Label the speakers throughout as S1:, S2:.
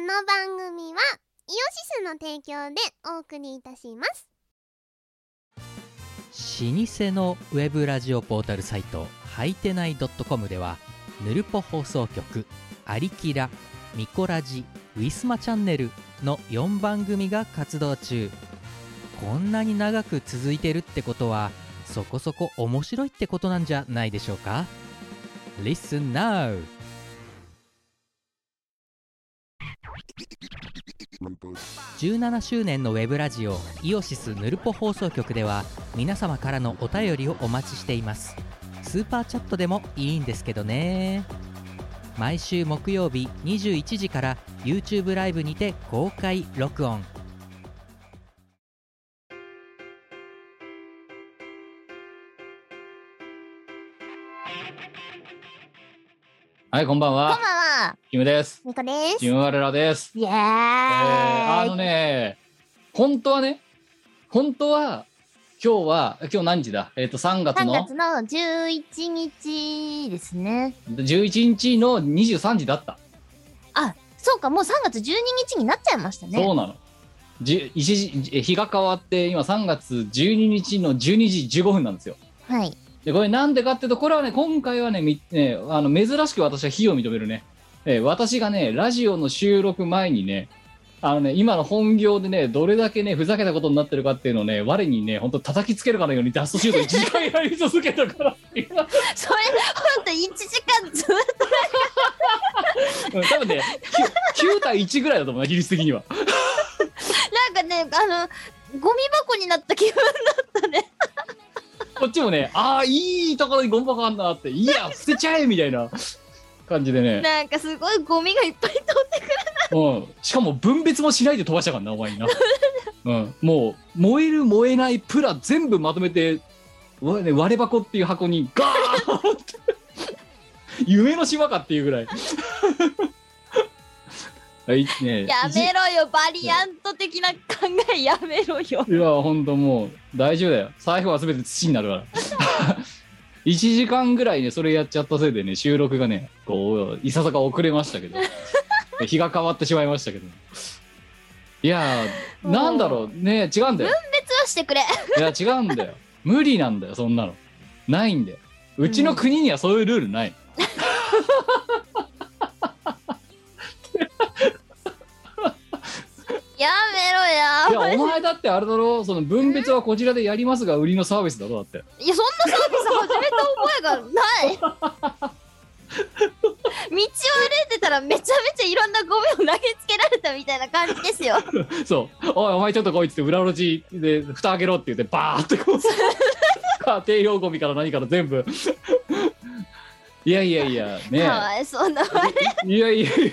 S1: の番組はイオシスの提供でお送りいたします
S2: 老舗のウェブラジオポータルサイトはいてない .com ではぬるぽ放送局「アリキラ」「ミコラジ」「ウィスマチャンネル」の4番組が活動中こんなに長く続いてるってことはそこそこ面白いってことなんじゃないでしょうか Listen now!
S3: Rumpus.
S2: 17周年のウェブラジオイオシスヌルポ放送局では皆様からのお便りをお待ちしていますスーパーチャットでもいいんですけどね毎週木曜日21時から YouTube ライブにて公開録音
S4: はい、こんばん
S1: こんばん
S4: は。
S1: は
S4: キムです。
S1: みこです
S4: キムワレラです。
S1: イエーイ、
S4: えー、あのね、本当はね、本当は、今日は、今日何時だえっ、と、3月
S1: 3
S4: の
S1: 月の11日ですね
S4: 11日の23時だった。
S1: あそうかもう3月12日になっちゃいましたね
S4: そうなの。じ一時え日が変わって、今3月12日の12時15分なんですよ。
S1: はい
S4: で、これなんでかっていうと、これはね、今回はね、みねあの珍しく私は非を認めるね。えー私がね、ラジオの収録前にね、あのね、今の本業でね、どれだけね、ふざけたことになってるかっていうのをね、我にね、本当叩きつけるかのようにダストシュート1時間やり続けたからっていう。
S1: それほんと1時間ずっと
S4: うん多分ね、9, 対1ぐらいだと思うな、比率的には。
S1: なんかねあのゴミ箱になった気分だったね
S4: こっちもね、ああ、いいところにゴンバがあんなって、いや、捨てちゃえみたいな感じでね。
S1: なんかすごいゴミがいっぱい飛んでくる
S4: うん、しかも分別もしないで飛ばしたからなお前にな、うん、もう燃える燃えないプラ全部まとめてわね割れ箱っていう箱にガーンって夢の島かっていうぐらいはいね
S1: や
S4: いじ
S1: めろよバリアント的な考えやめろよ
S4: いやほんともう大丈夫だよ財布は全て土になるから 1時間ぐらいねそれやっちゃったせいでね収録がねこういささか遅れましたけど 日が変わってしまいましたけどいやーなんだろうね違うんだよ
S1: 別はしてくれ
S4: いや違うんだよ無理なんだよそんなのないんだようちの国にはそういうルールない、
S1: やめろ
S4: い
S1: や
S4: やお前だってあれだろその分別はこちらでやりますが売りのサービスだろだって
S1: いやそんなサービス始めた覚えがない道 を歩いてたらめちゃめちゃいろんなゴミを投げつけられたみたいな感じですよ
S4: そう、おい、お前ちょっと来いっつって、裏路地で蓋開けろって言って、バーってこう、家庭用ゴミから何から全部。いやいやいや、
S1: か
S4: ね
S1: わいそうなわ
S4: え。いやいやいや。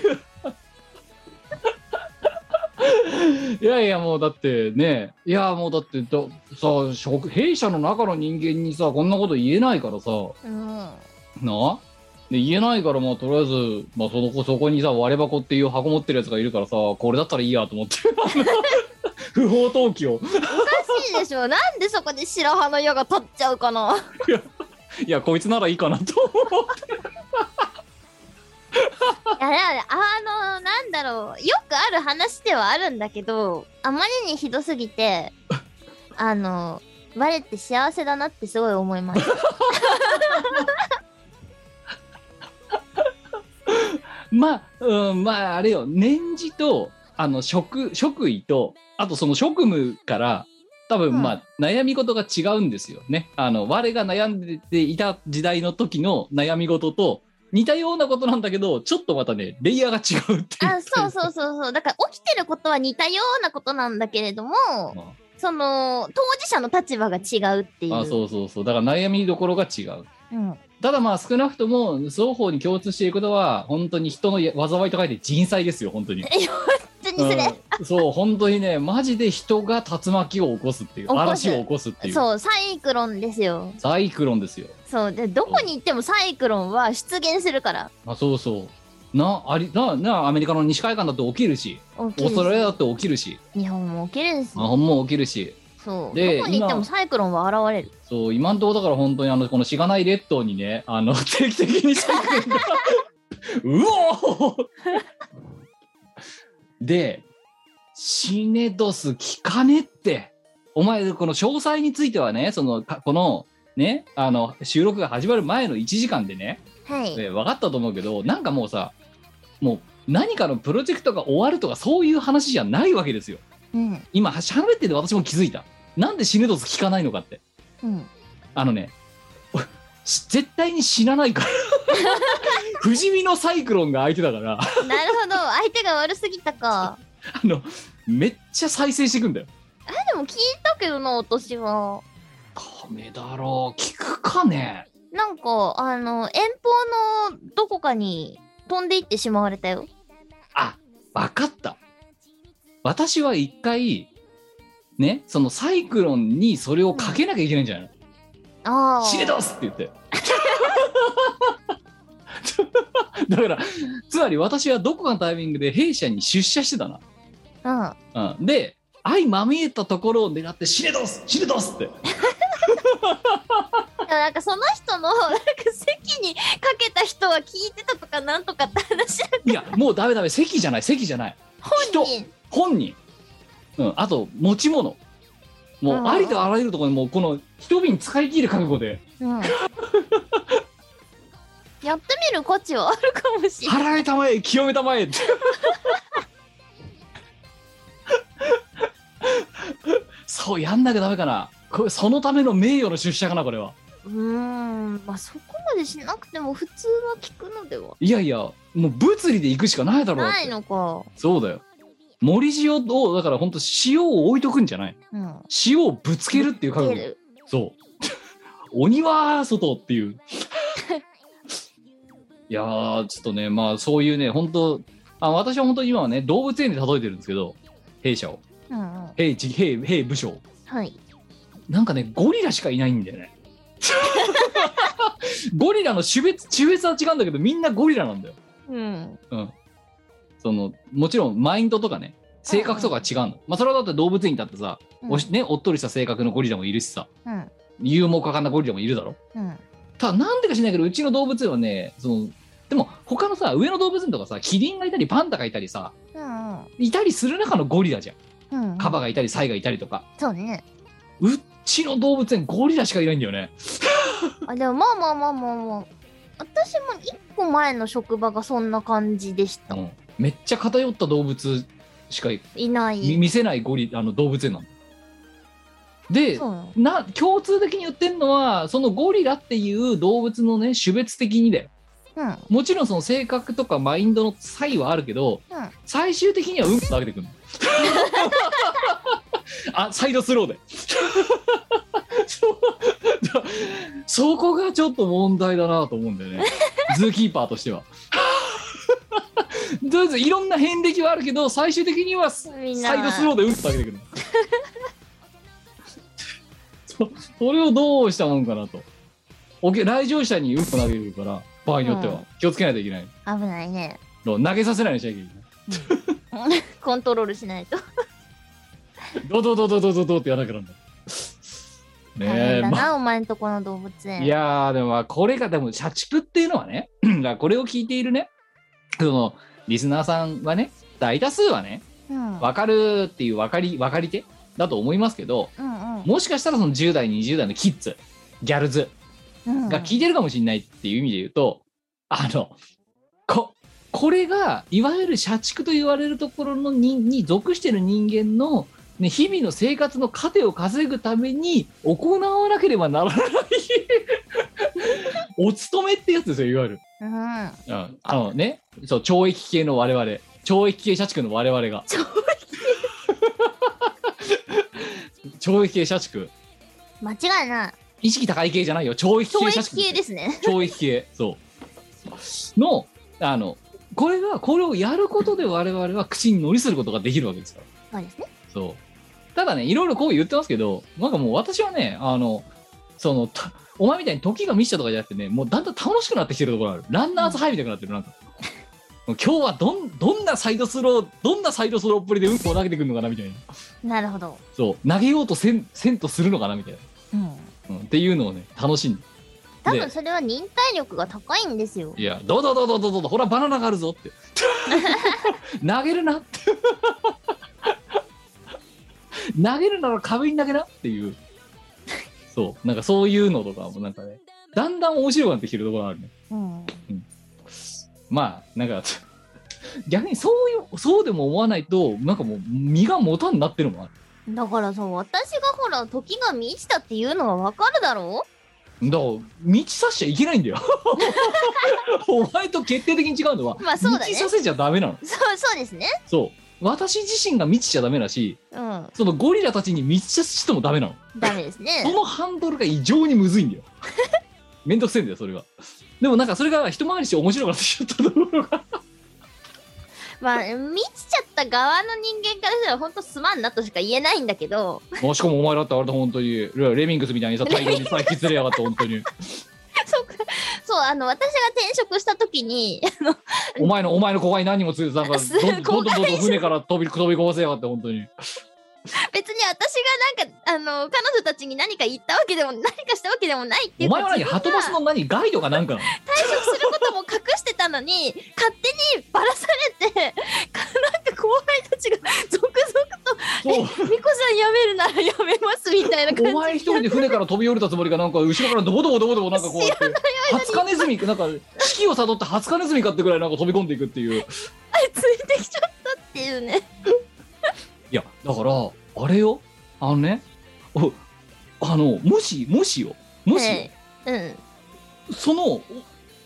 S4: いやいやもうだってねいやもうだってださ職弊社の中の人間にさこんなこと言えないからさ
S1: うん
S4: なで言えないからまあとりあえず、まあ、そのこそこにさ割れ箱っていう箱持ってるやつがいるからさこれだったらいいやと思って あの不法投棄を
S1: おかしいでしょなんでそこで白羽の矢が立っちゃうかない
S4: やこいつならいいかなと 思って
S1: いやいやあのなんだろうよくある話ではあるんだけどあまりにひどすぎてあの我って幸せだなってすごい思いました
S4: まあ、うん、まああれよ年次とあの職職位とあとその職務から多
S1: うん
S4: 分まあ、悩み事が違うんですよねあの我が悩んでいた時代の時の悩み事と似たようなことなんだけどちょっとまたねレイヤーが違うっていう
S1: あそうそうそうそうだから起きてることは似たようなことなんだけれども
S4: うん
S1: その当事者の立場が違うっていう
S4: あそうそうそうだから悩みどころが違う
S1: うん、
S4: ただまあ少なくとも双方に共通していることは本当に人の災いと書いて人災ですよ本当に
S1: 普通にそれ、
S4: うんそう本当にねマジで人が竜巻を起こすっていう
S1: 起こす
S4: 嵐を起こすっていう
S1: そうサイクロンですよ
S4: サイクロンですよ、
S1: そうでどこに行ってもサイクロンは出現するから
S4: まあ、そうそうなありななアメリカの西海岸だって起きるし
S1: 起き
S4: オー
S1: る
S4: ス
S1: し
S4: トラリアだって起きるし
S1: 日本も起きるです
S4: 日本も起きるし
S1: そう
S4: で
S1: どこに行っても
S4: 今
S1: サイクロンは現れる
S4: そう今のところだから本当にあのこのしがない列島にねあの 定期的にサイクロンがうおーで、シネドス聞かねって。お前、この詳細についてはね、その、かこの、ね、あの、収録が始まる前の1時間でね、
S1: はい。
S4: え分かったと思うけど、なんかもうさ、もう何かのプロジェクトが終わるとか、そういう話じゃないわけですよ。
S1: うん。
S4: 今、喋ってて私も気づいた。なんでシネドス聞かないのかって。
S1: うん。
S4: あのね、し絶対に死なない から。不死身のサイクロンが相手だから、あ
S1: なる ほど。相手が悪すぎたか。
S4: の、めっちゃ再生していくんだよ。
S1: でも聞いたけどな、私は。
S4: ダメだろう。聞くかね
S1: なんか、あの、遠方のどこかに飛んでいってしまわれたよ。
S4: あ、わかった。私は一回、ね、そのサイクロンにそれをかけなきゃいけないんじゃない
S1: あ
S4: の
S1: あ。
S4: 死ねどすって言って。 だから、つまり私はどこかのタイミングで弊社に出社してたな。
S1: うん。
S4: うん、で相まみえたところを狙って死ねどす死ねどすって
S1: いやなんかその人の なんか席にかけた人は聞いてたとかなんとかって話だ
S4: いやもうダメダメ席じゃない席じゃない
S1: 本人
S4: 本人、うん、あと持ち物も
S1: うん
S4: うありとあらゆるところにもうこの一瓶使い切る覚悟で
S1: うんやってみる価値はあるかもしれない
S4: 払えたまえ清めたまえって そうやんなきゃダメかなこれそのための名誉の出社かなこれは
S1: うーんまあそこまでしなくても普通は聞くのではい
S4: やいやもう物理で行くしかないだろうって
S1: ないのか
S4: そうだよ。森塩を、だから本当塩を置いとくんじゃない
S1: うん
S4: 塩をぶつけるっていう覚
S1: 出
S4: 悟。
S1: る
S4: そう。 鬼は外って いう。いやー、ちょっとね、まあそういうね、本当あ私は本当に今はね、動物園で例えてるんですけど、弊社を。
S1: うんうん
S4: 弊地、弊、弊部署を。
S1: はい
S4: なんかね、ゴリラしかいないんだよね。 ゴリラの種別、種別は違うんだけど、みんなゴリラなんだよ。
S1: うん
S4: そのもちろんマインドとかね性格とかは違うの、まあ、それはだって動物園だってさ、
S1: うん
S4: おしね、おっとりした性格のゴリラもいるしさ
S1: うん
S4: 勇猛果敢なゴリラもいるだろ
S1: うん
S4: ただなんでか知らないけどうちの動物園はねそのでも他のさ上の動物園とかさキリンがいたりパンダがいたりさ
S1: うん
S4: いたりする中のゴリラじゃ
S1: う
S4: ん
S1: んうん
S4: カバがいたりサイがいたりとか
S1: そうね
S4: うちの動物園ゴリラしかいないんだよね
S1: あでもまあまあまあまあまあ私も一個前の職場がそんな感じでした
S4: うんめっちゃ偏った動物しかい
S1: いない
S4: み見せないゴリあの動物園なので
S1: そうなの
S4: な共通的に言ってるのはそのゴリラっていう動物のね種別的にだよ
S1: うんうん
S4: もちろんその性格とかマインドの差異はあるけど最終的にはうんこ投げ てくるあサイドスローでそうそこがちょっと問題だなと思うん だよねズーキーパーとしてはとりあえずいろんな遍歴はあるけど最終的には
S1: みんな
S4: サイドスローで打つだけでくるそそれをどうしたもんかなとおけ来場者にうんこ投げるから場合によって
S1: う
S4: は
S1: ん
S4: 気をつけないといけない
S1: 危ないね
S4: の投げさせないようにしなきゃいけない
S1: コントロールしないと
S4: ドドドドドドドってやらなきゃなんだね
S1: 大変
S4: え
S1: だ
S4: ま
S1: な、お前んとこの動物園
S4: いやーでもまあこれがでも社畜っていうのはねだからこれを聞いているねそのリスナーさんはね大多数はね
S1: うん、
S4: 分かるっていう分かり分かり手だと思いますけど
S1: うん
S4: もしかしたらその10代20代のキッズギャルズ
S1: うん
S4: が聞いてるかもしれないっていう意味で言うと、あのここれがいわゆる社畜と言われるところのにに属してる人間の、ね、日々の生活の糧を稼ぐために行わなければならない お勤めってやつですよいわゆる、
S1: うんうん
S4: うん、あのねそう懲役系の我々懲役系社畜の我々が
S1: ちょ
S4: 懲役系社畜
S1: 間違いない
S4: 意識高い系じゃないよ懲役
S1: 懲
S4: 系社畜
S1: 役系ですね
S4: 懲役系そうのあのこれがこれをやることで我々は口に乗りすることができるわけですか
S1: そ
S4: ら
S1: うですね
S4: そうただねいろいろこう言ってますけどなんかもう私はねあのそのたお前みたいに時が満ちたとかじゃなくてねもうだんだん楽しくなってきてるところがあるランナーズハイみたくなってるなんかもう今日はどんどんなサイドスローどんなサイドスローっぷりでうんこを投げてくるのかなみたいな
S1: なるほど
S4: そう投げようとせんせんとするのかなみたいな、
S1: うん
S4: うん、っていうのをね楽しんで
S1: 多分それは忍耐力が高いんですよ
S4: いや、どうどうどうどうどうどうほら、バナナがあるぞって。投げるなって。投げるなら壁に投げなっていう。そう。なんかそういうのとかもなんかね、だんだん面白くなってきてるところがあるね。
S1: うん。
S4: まあ、なんか、逆にそういう、そうでも思わないと、なんかもう身が持たんなってるもんあ
S1: だからさ、私がほら、時が満ちたっていうのはわかるだろ
S4: る。だから、道さしちゃいけないんだよ。お前と決定的に違うのは、
S1: まあそうだね
S4: 道させちゃダメなの。
S1: うそう、そうですね。
S4: そう。私自身が道ちゃダメだし、
S1: うん。
S4: そのゴリラたちに道させてもダメなの。
S1: ダメです
S4: そ
S1: ね。
S4: のハンドルが異常にむずい んだよ。めんどくせえんだよ、それが。でもなんかそれが一回りして面白くなってきちゃったとこ ろが。
S1: まあ、満ちちゃった側の人間からしたらほんとすまんなとしか言えないんだけど、
S4: もうしかもお前だってあれだ、本当に。レレミングスみたいにさ、大量にさ、引きずれやがって、本当 に。
S1: そうか。そう、あの、私が転職した時に、
S4: お前の、お前の子が何もついてさ、なんか
S1: す
S4: どんどんどんどんど
S1: 子
S4: ん
S1: 飼いじゃん
S4: 船から飛び飛び込ませやがって、本当に。
S1: 別に私がなんか、あの、彼女たちに何か言ったわけでも、何かしたわけでもないってい
S4: お
S1: うか
S4: 前は何、
S1: 自
S4: ハ
S1: 分が
S4: トバスの何、ガイドかなんかなの
S1: 退職することも隠してたのに勝手にばらされて かなんか後輩たちが続
S4: そう
S1: 々と「えみこちゃんやめるならやめます」みたいな
S4: お
S1: 感
S4: 前一人で船から飛び降りたつもりがなんか後ろからドボドボドボドボなんか こうやってハツカネズミなんか四季を悟ってハツカネズミかってぐらいなんか飛び込んでいくっていう
S1: じでついてきちゃったっていうね
S4: いやだからあれよあのねおあのもしもしよもしよ、
S1: はいうん
S4: そのお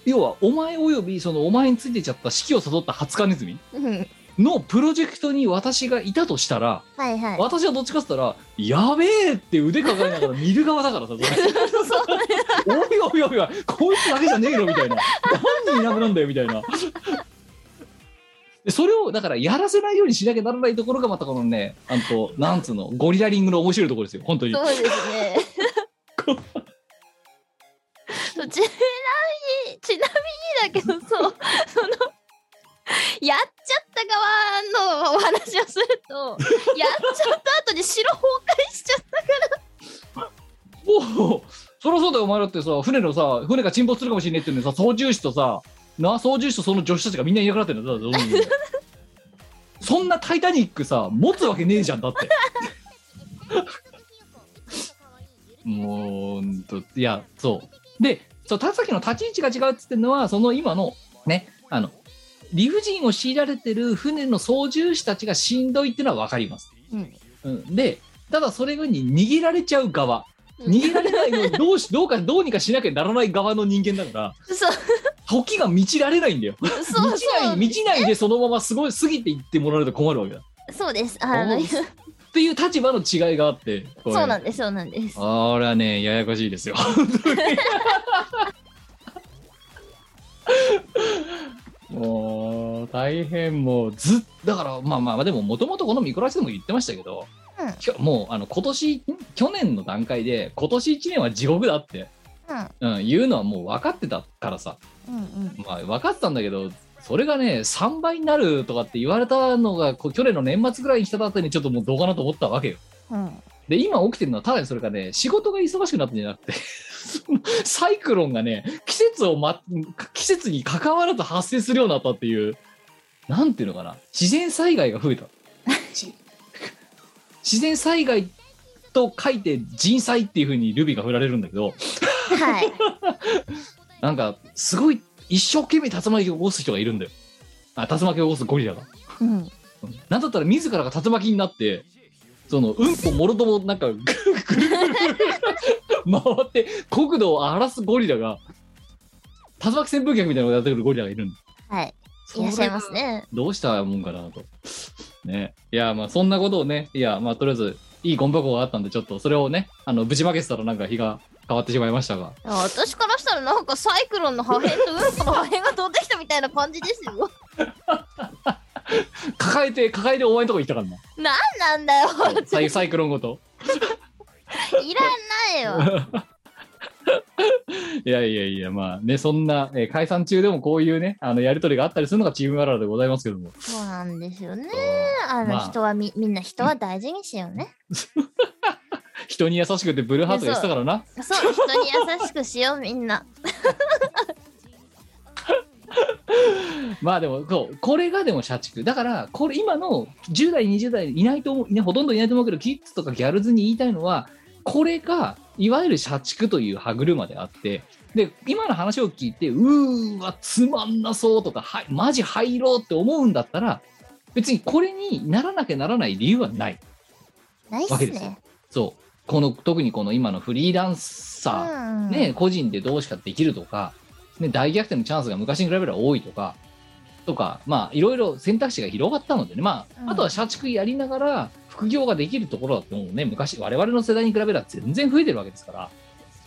S4: 要はお前およびそのお前についてちゃった四季を悟ったハツカネズミ
S1: うん
S4: のプロジェクトに私がいたとしたら
S1: はいはい
S4: 私はどっちかっつったら「やべえ!」って腕抱えながら見る側だからさそれおいおいおいおいこいつだけじゃねえよみたいな何人いなくなんだよみたいなでそれをだからやらせないようにしなきゃならないところがまたこのねあんとなんつうのゴリラリングの面白いところですよ本当に
S1: そうです ねそうちなみにち なみにだけどそう そのやっちゃった側のお話をする とやっちゃった後に城崩壊しちゃった
S4: おおそりゃそうだよお前だってさ船のさ船が沈没するかもしれねえっていうのにさ操縦士とさな操縦士とその助手たちがみんないなくなってんだよだって そんな「タイタニック」さ持つわけねえじゃんだってもうほんといやそうでそう田崎の立ち位置が違うっつってんのはその今のねあの理不尽を強いられてる船の操縦士たちがしんどいっていうのは分かります、うん、でただそれに逃げられちゃう側逃げられないのをどうしどうかどうにかしなきゃならない側の人間だから
S1: そう
S4: 時が満ちられないんだよ
S1: そう
S4: 満ちな
S1: そ
S4: いう満ちないでそのまますごい過ぎていってもらえると困るわけだ
S1: そうですあ
S4: お
S1: の
S4: う っていう立場の違いがあってこれ
S1: そうなんですそうなんです
S4: あれはねややこしいで すよ本当にもう大変もうずっだからまあまあでももともとこのミコラシでも言ってましたけ
S1: う
S4: ど、
S1: ん
S4: きょもうあの今年ん去年の段階で今年1年は地獄だって、うん言うのはもう分かってたからさ
S1: うんうん
S4: まあ分かってたんだけどそれがね3倍になるとかって言われたのがこう去年の年末ぐらいに来たあたりにちょっともうどうかなと思ったわけよ
S1: うん
S4: で、今起きてるのは、ただにそれがね、仕事が忙しくなってんじゃなくて、 そのサイクロンがね、季節を、ま、季節に関わらず発生するようになったっていう、なんていうのかな、自然災害が増えた。し自然災害と書いて、人災っていうふうにルビが振られるんだけど、
S1: はい
S4: なんか、すごい、一生懸命竜巻を起こす人がいるんだよ。あ、竜巻を起こすゴリラが。
S1: うん
S4: なんだったら自らが竜巻になってそのうんこもろともなんかぐるぐるぐるぐる回って国土を荒らすゴリラが竜巻旋風客みたいなのをやってくるゴリラがいるんです
S1: はいいらっしゃいますね
S4: どうしたもんかなとねいやまあそんなことをねいやまあとりあえずいいゴミ箱があったんでちょっとそれをねあのぶちまけてたらなんか日が変わってしまいましたが
S1: いや私からしたらなんかサイクロンの破片とうんこの破片が飛んできたみたいな感じです よ
S4: 抱えて抱えてお前のとこ行ったからな
S1: なんだよ
S4: サイサイクロンごと
S1: いらないよ
S4: いやいやいや、まあね、そんな、えー解散中でもこういうね、あのやりとりがあったりするのがチームあるあるでございますけども。
S1: そうなんですよね
S4: そう
S1: あ
S4: まあ
S1: の人はみみんな人は大事にしようね
S4: 人に優しくてブルーハートが言ってたからな。
S1: そう人に優しくしようみんな
S4: まあでもそうこれがでも社畜だからこれ今の10代20代いないと思ういないほとんどいないと思うけどキッズとかギャルズに言いたいのはこれがいわゆる社畜という歯車であってで今の話を聞いてうーわつまんなそうとかはいマジ入ろうって思うんだったら別にこれにならなきゃならない理由はない
S1: ないっ
S4: わ
S1: す
S4: けです
S1: ね。
S4: そうこの特にこの今のフリーランサー、
S1: うん
S4: ね、個人でどうしかできるとか、ね、大逆転のチャンスが昔に比べれば多いとか、とか、まあ、いろいろ選択肢が広がったのでね、ま
S1: うん
S4: あ、あとは社畜やりながら副業ができるところだって、もうね、昔、我々の世代に比べれば全然増えてるわけですから、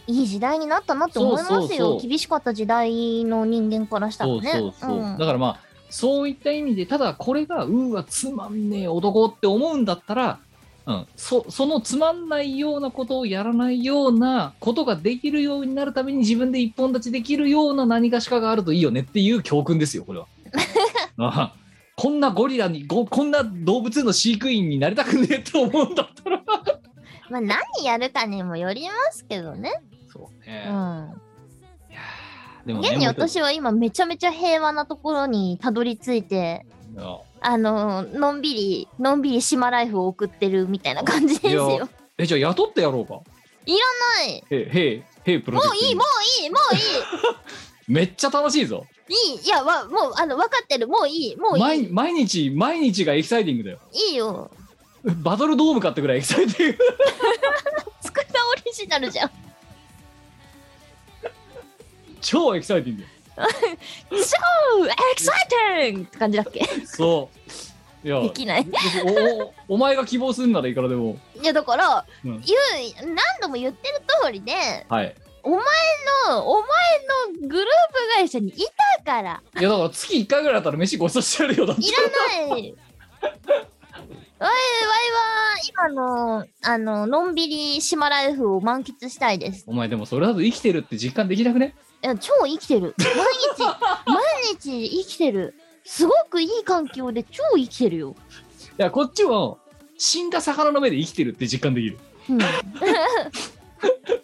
S1: いい時代になったなって思いますよ
S4: そうそうそう
S1: 厳しかった時代の人間からしたら
S4: そう
S1: ね
S4: そうそう、
S1: ん
S4: だからまあ、そういった意味で、ただこれが、うーわ、つまんねえ男って思うんだったら、うん、そそのつまんないようなことをやらないようなことができるようになるために自分で一本立ちできるような何かしかがあるといいよねっていう教訓です よ、これは。ああこんなゴリラにご、こんな動物の飼育員になりたくねえって思うんだったら。
S1: まあ、何やるかにもよりますけどね。
S4: そう
S1: うん。
S4: ね。いやーでもね、
S1: 現に私は今めちゃめちゃ平和なところにたどり着いて、
S4: もう
S1: あの、のんびり、のんびり島ライフを送ってるみたいな感じです
S4: いや
S1: よ。
S4: え、じゃあ雇ってやろうか。
S1: はい。
S4: へい、へい、へい、プロ
S1: も
S4: ジェク
S1: う
S4: トに
S1: いい、もういい、もうい
S4: めっちゃ楽しいぞ。
S1: い。いい。いや、わもう、あの、分かってる。もういい。もうい
S4: 毎
S1: い。
S4: 毎日毎日がエキサイティングだよ
S1: いいよ。
S4: バトルドームかってぐらいエキサイティング
S1: つくだオリジナルじゃん。
S4: 超エキサイティング
S1: 超エキサイティングって感じだっけ
S4: そういや
S1: できない。
S4: おおお前が希望するならいくらでも
S1: いや、だから、
S4: うん
S1: 言う、何度も言ってる通りで、
S4: はい
S1: のお前のグループ会社にいたから
S4: いやだから月1回ぐらいだったら飯ごちそうしてやるよだって
S1: いらないわいわいは今のあののんびり島ライフを満喫したいです
S4: お前でもそれだと生きてるって実感できなくね
S1: いや超生きてる毎日毎日生きてるすごくいい環境で超生きてるよ、
S4: いやこっちも死んだ魚の目で生きてるって実感できる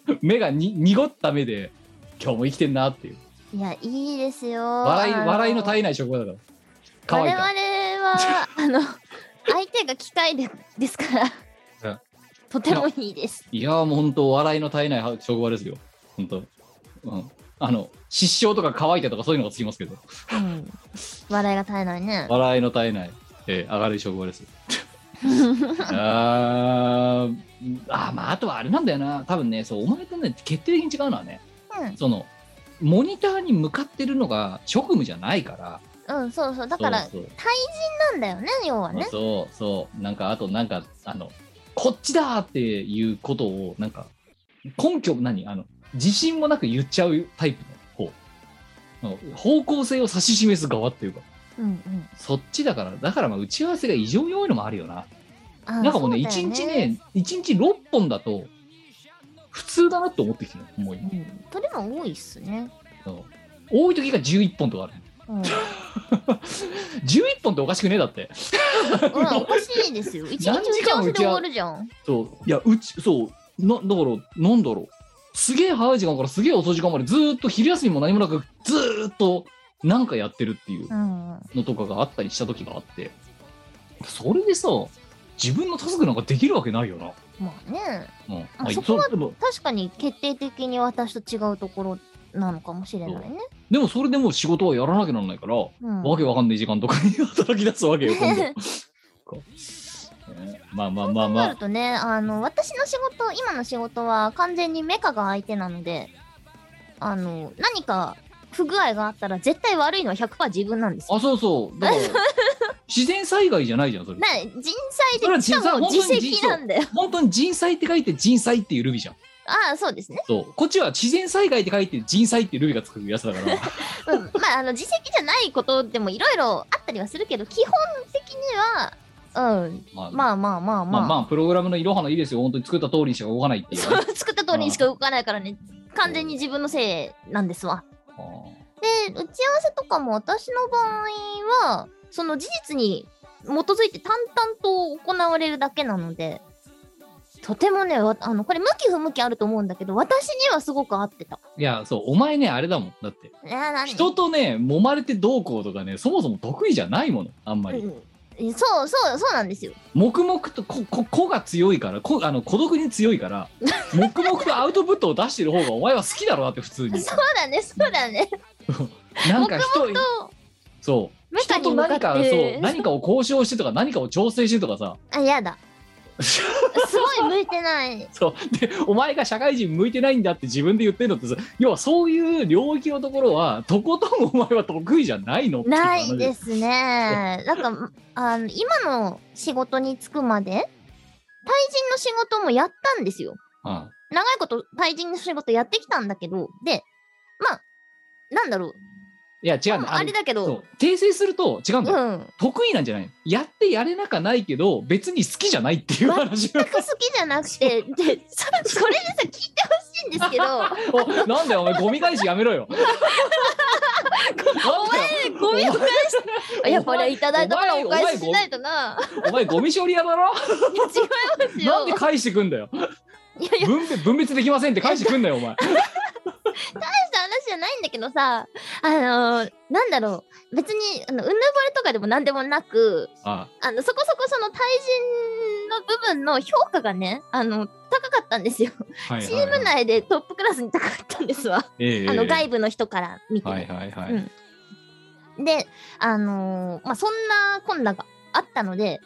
S1: うん、
S4: 目がに濁った目で今日も生きてんなっていう
S1: いやいいですよ
S4: 笑い
S1: あの
S4: 笑いの絶えない職場だから可愛いから
S1: 我々はあ の相手が機械でですから、
S4: うん
S1: とてもいいです
S4: いやーもう本当笑いの絶えない職場ですよ本当うんあの失笑とか乾いたとかそういうのがつきますけど
S1: うん、笑いが絶えないね。
S4: 笑いの絶えない、えー、上がる職 場ですあーあーまああとはあれなんだよな多分ねそうお前とね決定的に違うのはねそのモニターに向かってるのが職務じゃないから
S1: うん、うん、そうそう。だから、
S4: そう
S1: なんだよね、要は
S4: そう
S1: ね。
S4: そうそうなんかあとなんかあのこっちだーっていうことをなんか根拠何あの自信もなく言っちゃうタイプの方あの方向性を指し示す側っていうか
S1: うんうん。
S4: そっちだからだからまあ打ち合わせが異常に多いのもあるよな
S1: あ
S4: なんかもうね、
S1: そ
S4: 一
S1: だよ
S4: 日ね、一日6本だと、普通だなって思ってきてる、もう今
S1: うん、とでも多いっすね。
S4: そう多い時が11本とかある。
S1: うん、うん、
S4: 11本っておかしくねえだって。
S1: おかしいですよ。一日打
S4: 何時
S1: ち合
S4: 間
S1: わせで
S4: 打ち
S1: 終
S4: 合わ
S1: わるじゃん。
S4: そう、いや、うち、そう、な、だから、なんだろう。すげえ早い時間からすげえ遅い時間までずーっと昼休みも何もなく、ずーっとなんかやってるってい
S1: う
S4: う
S1: ん。うん
S4: のとかがあったりした時があって、それでさ、自分のタスクなんかできるわけないよな。
S1: まあね、
S4: うん。
S1: あ
S4: い
S1: そこは
S4: れでも、
S1: 確かに決定的に私と違うところなのかもしれないね。
S4: でもそれでもう仕事はやらなきゃならないから、
S1: うん。
S4: わけわかんない時間とかに働き出すわけよ、今度こうねまあまあまあま
S1: なる
S4: あ、
S1: とね、あの、私の仕事、今の仕事は完全にメカが相手なので、あの、何か不具合があったら絶対悪いのは100%自分なんですよ。
S4: あ、そうそう、だから 自然災害じゃないじゃん、それ
S1: な。人
S4: それ
S1: 災
S4: は
S1: で、し
S4: 人
S1: か
S4: 災
S1: も
S4: 本当に
S1: 自
S4: 人
S1: 責なんだよ。
S4: 本当に人災って書いて人災っていうルビじゃん。
S1: ああ、そうですね。
S4: そう。こっちは自然災害って書いて人災っていうルビがつくやつだ から。
S1: うん、まああの自責じゃないことでもいろいろあったりはするけど基本的にはうん
S4: まあまあ
S1: まあまあまあ
S4: ま
S1: ま
S4: あ
S1: あ、
S4: プログラムのいろはのいいですよ。本当に作った通りにしか動かないっていうね。
S1: 作った通りにしか動かないからね完全に自分のせいなんですわ
S4: あ
S1: で
S4: ー
S1: 打ち合わせとかも私の場合はその事実に基づいて淡々と行われるだけなのでとてもねわあのこれ向き不向きあると思うんだけど私にはすごく合ってた。
S4: いや、そう、お前ね、あれだもん。だって、
S1: えー何
S4: 人とね、揉まれてどうこうとかね、そもそも得意じゃないもの、あんまり。
S1: うんそうそうそうなんですよ。
S4: 黙々と、こ、こ、子が強いから、こ、あの、孤独に強いから、 黙々とアウトプットを出してる方がお前は好きだろ、だって普通に。
S1: そうだねそうだね。
S4: なんか人、
S1: と
S4: そう。
S1: メカ
S4: 人
S1: に
S4: と
S1: 向か
S4: 何か、
S1: っ
S4: そ
S1: て
S4: う、何かを交渉してとか、何かを調整してとかさ、
S1: あや だ。すごい向いてない。
S4: そうで お前が社会人向いてないんだって自分で言ってるのってさ要はそういう領域のところはとことんお前は得意じゃないのってう話
S1: ないですね。なんかあの今の仕事に就くまで対人の仕事もやったんですよ。
S4: あ
S1: 長いこと対人の仕事やってきたんだけどでまあなんだろう
S4: いや違う
S1: ああれだけ
S4: そ
S1: ど
S4: う訂正すると違うんだ
S1: う
S4: よ、
S1: ん
S4: 得意なんじゃないやってやれなかないけど別に好きじゃないっていう話
S1: 全く好きじゃなくてでそそれでさ聞いてほしいんですけ ど
S4: おなんだよお前ゴミ返しや めろよお前
S1: ゴミを返し
S4: お前
S1: やっぱりいただいたから
S4: お前
S1: お返ししないとな
S4: お前ゴミ処理屋だろ
S1: 違います
S4: なん
S1: よ
S4: で返してくんだよ
S1: いやいや
S4: 分別分別できませんって返してくんだよお前
S1: 大した話じゃないんだけどさあのーなんだろう別にあのうぬぼれとかでもなんでもなく
S4: あ
S1: あのそこそこその対人の部分の評価がねあの高かったんですよ
S4: はいはいはい
S1: チーム内でトップクラスに高かったんですわ、
S4: ええ
S1: あの外部の人から見ても、
S4: はいはいはい、
S1: うんであのーまあそんな困難があったので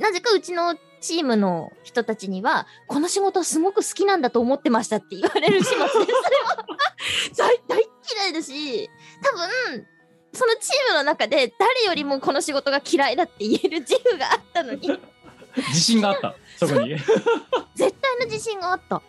S1: なぜかうちのチームの人たちにはこの仕事すごく好きなんだと思ってましたって言われる始末 でそれは大大嫌いだし多分そのチームの中で誰よりもこの仕事が嫌いだって言える自負があったのに絶
S4: 自信があったそこに
S1: 対の自信があった。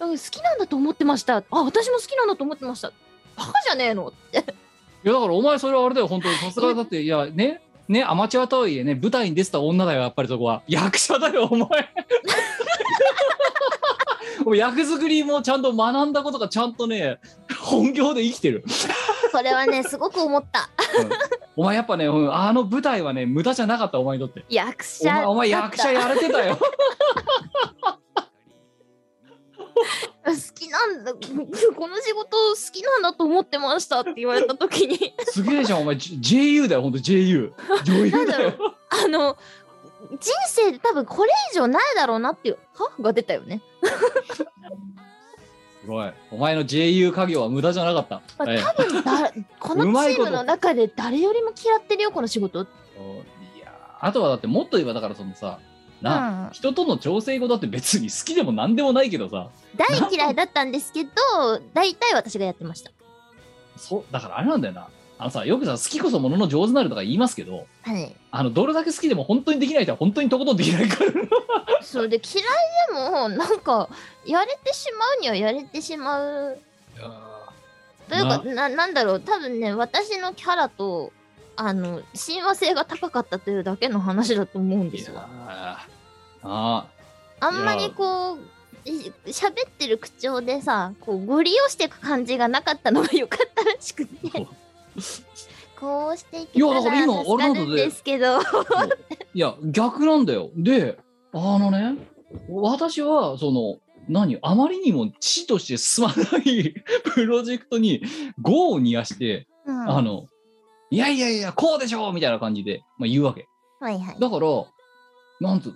S1: うん好きなんだと思ってましたあ私も好きなんだと思ってましたバカじゃねえの
S4: いやだからお前それはあれだよ本当にさすがだっていやねねアマチュアとはいえね舞台に出てた女だよやっぱりそこは役者だよお前 お前役作りもちゃんと学んだことがちゃんとね本業で生きてる
S1: それはね、すごく思った。
S4: お前やっぱねうんあの舞台はね無駄じゃなかったお前にとって
S1: 役
S4: お
S1: 者だっ
S4: 前
S1: た。
S4: お前役者やれてたよ
S1: 好きなんだ。 この仕事好きなんだと思ってましたって言われたときに、
S4: すげえじゃんお前 J- JU だよ本当 JU 女優だよ
S1: なんあの、人生で多分これ以上ないだろうなっていう、はが出たよ ね。
S4: すごいお前の JU 家業は無駄じゃなかった、
S1: まあ
S4: ええ
S1: 多分だ、この
S4: うまい
S1: チー
S4: こと
S1: ムの中で誰よりも嫌ってるよ、この仕事。
S4: いやーあとはだってもっと言えばだからそのさなあ、
S1: うん
S4: 人との調整後だって別に好きでも何でもないけどさ
S1: 大嫌いだったんですけど、大体私がやってました。
S4: そうだからあれなんだよなあのさよくさ好きこそものの上手なるとか言いますけど
S1: はい。
S4: あのどれだけ好きでも本当にできない人は本当にとことんでき ないから
S1: それで嫌いでも、なんか、やれてしまうにはやれてしまうというかななんだろう多分ね私のキャラとあの親和性が高かったというだけの話だと思うん
S4: い
S1: で
S4: や
S1: す
S4: ー
S1: よ
S4: なあ
S1: あんまりこうい喋ってる口調でさこうご利用していく感じがなかったのが良かったらしくて
S4: そう
S1: こうしてい
S4: い
S1: け
S4: や
S1: た
S4: だから
S1: ら
S4: 今
S1: 助か
S4: あれな
S1: る
S4: ん
S1: ん
S4: だぜ
S1: ですけど
S4: いや逆なんだよであのね私はその何あまりにも知として進まない プロジェクトに業を煮やして
S1: うん
S4: あの、いやいやいや、こうでしょうみたいな感じで、まあ、言うわけ。
S1: はいはい
S4: だから、なんつうの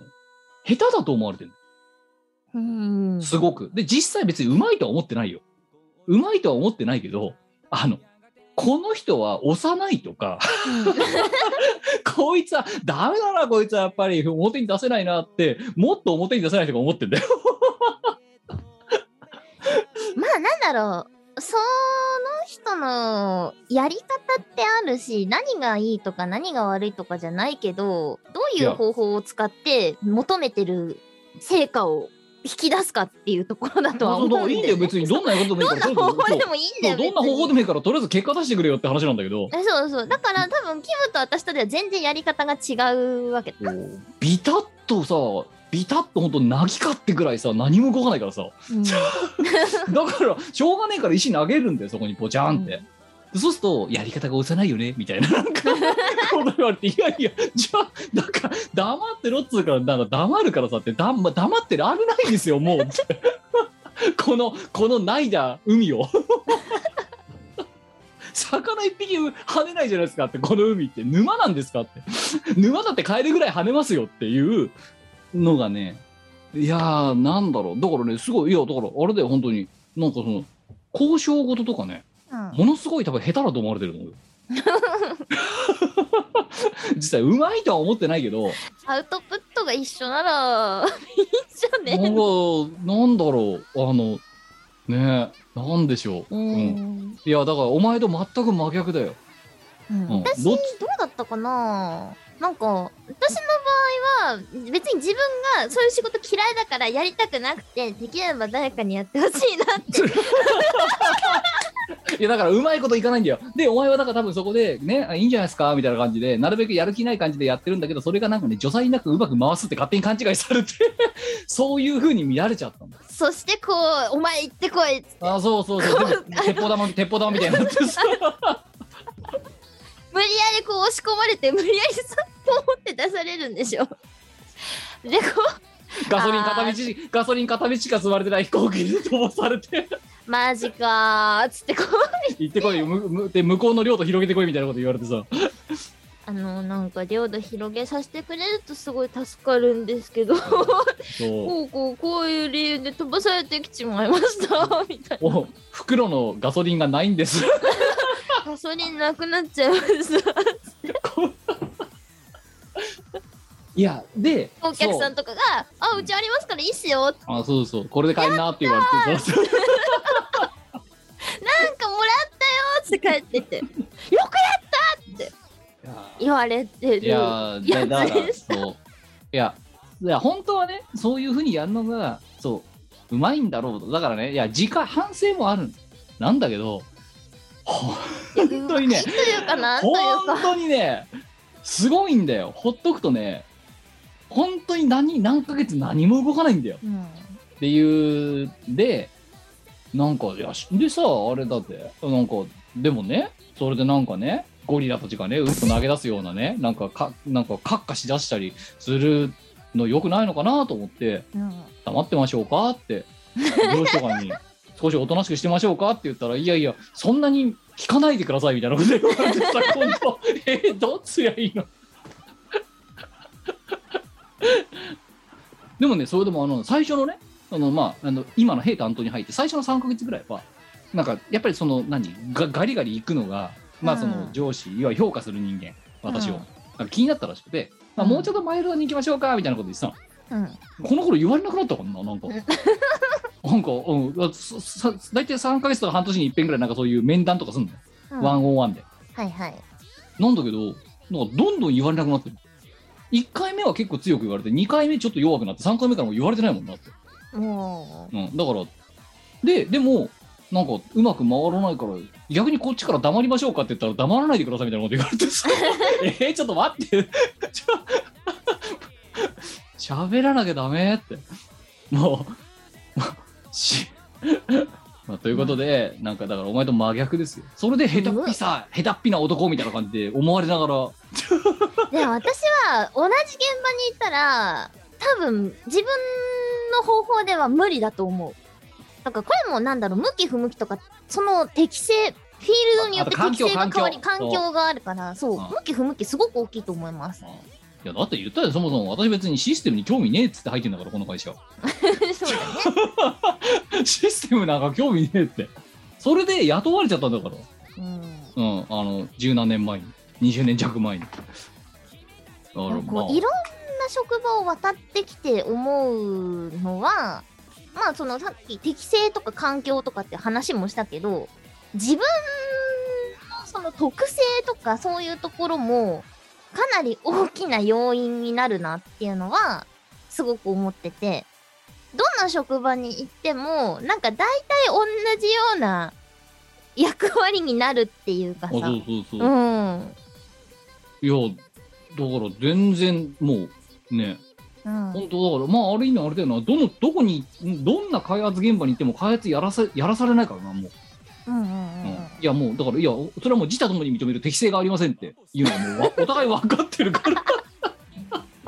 S4: 下手だと思われてる
S1: うん
S4: すごく。で、実際別にうまいとは思ってないよ。うまいとは思ってないけど、あの、この人は幼いとか、 こいつはダメだな、こいつはやっぱり表に出せないなって、もっと表に出せない人が思ってんだよ。
S1: まあなんだろうその人のやり方ってあるし何がいいとか何が悪いとかじゃないけどどう
S4: い
S1: いう
S4: や
S1: 方法を使って求めてる成果を引き出すかっていうところだとは思うんだよ、ね、
S4: いいんだよ、別に。どんなことでもい
S1: ど
S4: いか
S1: ん
S4: ら、
S1: な
S4: とりあ
S1: 方
S4: えず
S1: 法で
S4: そう
S1: もいいんだ
S4: そう
S1: よ
S4: どんな方法でもいいから、とりあえず結果出してくれよって話なんだけど、
S1: 別にそうそうだから多分キムと私とでは全然やり方が違うわけだ、
S4: ビタッとさ、ビタッと本当泣きかってぐらいさ、何も動かないからさ、
S1: うん
S4: だからしょうがねえから石投げるんだよそこにポチャンって、そうすると、やり方が幼いよねみたいな、なん か、こと言われて、いやいや、じゃあ、なんか、黙ってろっつうから、なんか黙るからさって、だんま黙ってる、危ないんですよ、もう って。この、このないだ海を。 魚一匹跳ねないじゃないですかって、この海って、沼なんですかって。沼だって帰るぐらい跳ねますよっていうのがね、いやー、なんだろう、だからね、すごい、いや、だから、あれだよ、本当に、なんかその、交渉事とかね、
S1: うん
S4: ものすごい多分下手だと思われてると思うよ実際うまいとは思ってないけど
S1: アウトプットが一緒ならいいじゃ
S4: なんか
S1: ね
S4: なんだろうあのねえなんでしょう、
S1: う
S4: うん
S1: ん、
S4: いやだからお前と全く真逆だよ、
S1: うん
S4: うん、
S1: 私
S4: ど
S1: ど
S4: っ
S1: う
S4: ち
S1: だったかななんか私の場合は別に自分がそういう仕事嫌いだからやりたくなくてできれば誰かにやってほしいなって
S4: いやだからうまいこといかないんだよでお前はだから多分そこでねあいいんじゃないですかみたいな感じでなるべくやる気ない感じでやってるんだけどそれがなんかね助裁なくうまく回すって勝手に勘違いされて そういうふうに見られちゃったんだ
S1: そしてこう「お前行ってこい
S4: あそうそうそう 全部鉄砲玉鉄砲玉みたいになってさ」
S1: 無理やりこう押し込まれて無理やりさポンって出されるんでし ょでこ
S4: ガソリン片道、ガソリン片道しか積まれてない飛行機で飛ばされ て、
S1: う「マジか」っつってこう
S4: 行ってこいよ、むむで向こうの領土広げてこいみたいなこと言われてさ、
S1: あのなんか領土広げさせてくれるとすごい助かるんですけど
S4: そう
S1: こうこうこういう理由で飛ばされてきちまいましたみたい
S4: お袋のガソリンがないんです。
S1: なガソリンなくなっちゃいました
S4: いや、で、
S1: お客さん
S4: そう
S1: とかが「あうちありますからいいっすよ」って
S4: あそうそう、これで買いなって言われてさ、
S1: 「なんかもらったよ」って帰ってて「よ くやった!」って言われて
S4: い
S1: る
S4: や
S1: や
S4: ー
S1: つ
S4: でだから
S1: でした
S4: そういやいや本当はねそういうふうにやるのがそううまいんだろうとだからねいや自家反省もあるなんだけどほ本当にね
S1: というかなんという
S4: 本
S1: か
S4: 当にねすごいんだよほっとくとね本当に何何ヶ月何も動かないんだよ
S1: うん
S4: っていうでなんかいやしでさあれだってなんかでもねそれでなんかねゴリラたちがねうんこ投げ出すようなねなんかかなんかカッカしだしたりするのよくないのかなと思って
S1: うん
S4: 黙ってましょうかって上司とかに少しおとなしくしてましょうかって言ったらいやいやそんなに聞かないでくださいみたいなこと言われてさ今度えーどっちがいいの でもねそれでもあの最初のねあの、まあ、あの今の兵担当に入って最初の3か月ぐらいはなんかやっぱりその何がガリガリ行くのが、まあ、その
S1: うん
S4: 上司いわゆる評価する人間私
S1: う
S4: を、
S1: ん
S4: なんか気になったらしくて、まあ、もうちょっとマイルドに行きましょうかみたいなこと言ってたの。
S1: うん
S4: この頃言われなくなったかななんか なんか、うん、だそさ大体3か月とか半年に一遍ぐらいなんかそういう面談とかすんのよ、
S1: うん
S4: ワンオンワンで
S1: はいはい
S4: なんだけどなんかどんどん言われなくなってる1回目は結構強く言われて2回目ちょっと弱くなって3回目からもう言われてないもんなって、
S1: も
S4: うん、だからででもなんかうまく回らないから逆にこっちから黙りましょうかって言ったら黙らないでくださいみたいなこと言われてさえー、ちょっと待って ちょ喋らなきゃダメってもうまし、まあ、ということで、なんかだからお前と真逆ですよそれで下手っぴさ下手っぴな男みたいな感じで思われながら
S1: うでも私は同じ現場にいたら多分自分の方法では無理だと思うだからこれもなんだろう向き不向きとかその適性フィールドによって
S4: ああと環
S1: 適
S4: 境
S1: 性が変わり
S4: 環
S1: 環
S4: 境
S1: 境があるからそう
S4: うん
S1: 向き不向きすごく大きいと思います
S4: いやだって言ったよそもそも私別にシステムに興味ねえっつって入ってんだからこの会社
S1: そうだね
S4: システムなんか興味ねえってそれで雇われちゃったんだから
S1: うん
S4: うん、あの十何年前に20年弱前にだから
S1: なんか
S4: まあ
S1: いろんな職場を渡ってきて思うのはまあそのさっき適性とか環境とかって話もしたけど自分のその特性とかそういうところもかなり大きな要因になるなっていうのはすごく思っててどんな職場に行ってもなんか大体同じような役割になるっていうか
S4: あ
S1: さ
S4: そうそうそう、
S1: うん
S4: いやだから全然もうね
S1: うん
S4: 本当だからまあある意味あれだよなどのどこにどんな開発現場に行っても開発やらせやらされないからなもう
S1: うんうんうんうん
S4: いやもうだからいやそれはもう自他ともに認める適性がありませんっていうのはもうわお互い分かってるから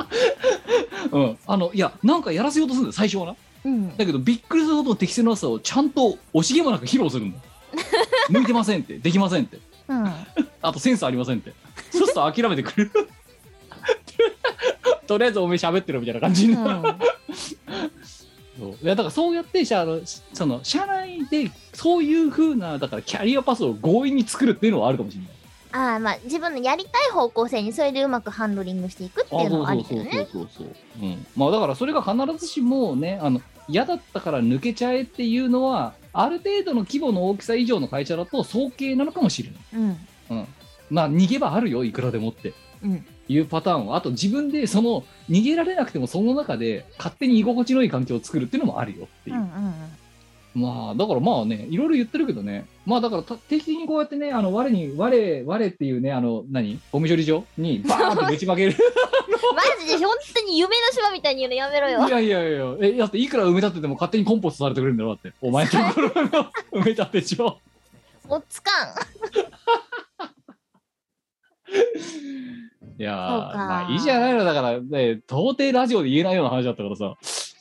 S4: うんあのいやなんかやらせようとするんだよ最初はな
S1: うん
S4: だけどびっくりするほどの適性のなさをちゃんと惜しげもなく披露するんだよ向いてませんってできませんって
S1: うん
S4: あとセンスありませんってそうすると諦めてくれる とりあえずおめえ喋ってるみたいな感じになるそういやだからそうやってしゃあのしその社内でそういうふうなだからキャリアパスを強引に作るっていうのはあるかもしれない。
S1: ああまあ自分のやりたい方向性にそれでうまくハンドリングしていくっていうのもありだよね。
S4: そうそうそうそう。うん、まあだからそれが必ずしもねあの嫌だったから抜けちゃえっていうのはある程度の規模の大きさ以上の会社だと早計なのかもしれない。
S1: うん
S4: うん、まあ逃げ場あるよいくらでもって
S1: うん
S4: いうパターンをあと自分でその逃げられなくてもその中で勝手に居心地のいい環境を作るっていうのもあるよっていうう。
S1: んうん
S4: まあだからまあねいろいろ言ってるけどねまあだからた定期的にこうやってねあの我に我我っていうねあの何ゴミ処理場にバーンってぶち まける
S1: マジで本当に夢の島みたいに言うのやめろよ
S4: い。やいやいやえだっていくら埋め立てても勝手にコンポストされてくれるんだろだってお前のところの埋め立て場
S1: おっつかん。
S4: いやー
S1: そうか
S4: まあいいじゃないのだからね到底ラジオで言えないような話だったからさ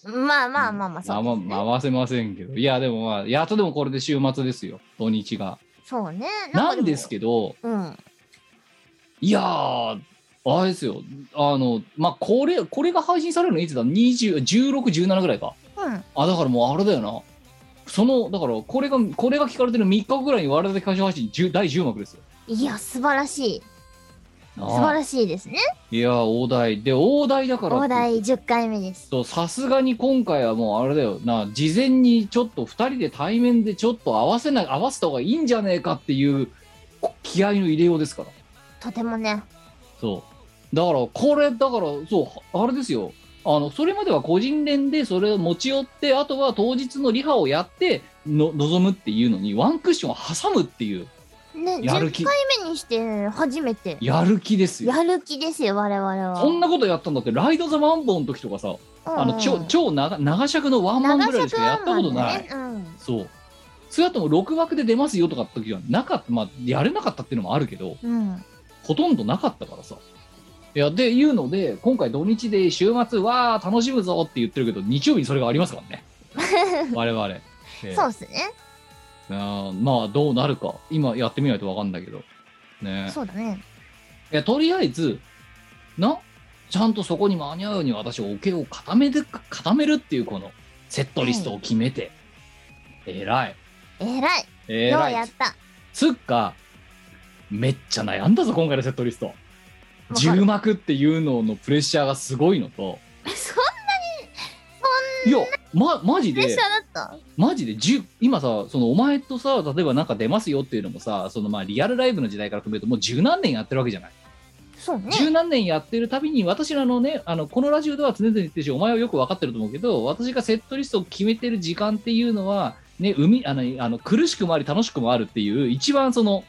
S1: まあまあまあまあそうですね、
S4: まあまあ回せませんけどいやでもまあやっとでもこれで週末ですよ土日が
S1: そうね。
S4: な
S1: かも
S4: んですけど
S1: うん
S4: いやー、あれですよ、あの、まあ、これ、これが配信されるのいつだ ?20、16、17ぐらいか。
S1: うん
S4: あ、だからもうあれだよな。その、だから、これが、これが聞かれてる3日後ぐらいに我々歌手配信10第10幕ですよ。
S1: いや素晴らしい
S4: あ
S1: 素晴
S4: あ
S1: らしいですね。
S4: いやー、大台。で、大台だから。
S1: 大台。10回目です。
S4: そう、さすがに今回はもうあれだよな、事前にちょっと2人で対面でちょっと合わせない、合わせた方がいいんじゃねえかっていうこ気合の入れようですから。
S1: とてもね。
S4: そう。だから、これ、だから、そう、あれですよ。あの、それまでは個人連でそれを持ち寄って、あとは当日のリハをやって、の、望むっていうのに、ワンクッションを挟むっていう、
S1: ね
S4: やる
S1: 10
S4: 気
S1: 回目にして初めて。
S4: やる気ですよ。
S1: やる気ですよ我々は。
S4: そんなことやったんだって、ライド・ザ・ワンボの時とかさ、あの、超、超長、長尺のワンマンぐらいしかやったことな
S1: 長
S4: い。
S1: 尺はまあね
S4: そう。それだとも6枠で出ますよとかって時はなかった、まあ、やれなかったっていうのもあるけど、
S1: うんうん
S4: ほとんどなかったからさ。いや、で、いうので、今回土日で週末、わー、楽しむぞって言ってるけど、日曜日にそれがありますか らね。我々。ええ
S1: そうですね。
S4: あーまあ、どうなるか。今やってみないとわかんないけど。ね
S1: そうだね。
S4: いや、とりあえず、な、ちゃんとそこに間に合うように私、おけを固めて、固めるっていう、この、セットリストを決めて。えらい。
S1: えらい。
S4: え
S1: よう
S4: ら
S1: やっ
S4: い。
S1: た。
S4: つっか、めっちゃ悩んだぞ、今回のセットリスト。10幕っていうののプレッシャーがすごいのと、
S1: そ
S4: いや、ま、マジ
S1: うでし
S4: で
S1: ょ、だった。
S4: マジで10、今さ、そのお前とさ、例えばなんか出ますよっていうのもさ、そのまあリアルライブの時代から含めると、もう十何年やってるわけじゃない。
S1: そうね。
S4: 十、何年やってるたびに、私らのね、あの、このラジオでは常々言ってるし、お前はよく分かってると思うけど、私がセットリストを決めてる時間っていうのは、ね、海、あの、あの苦しくもあり楽しくもあるっていう、一番その、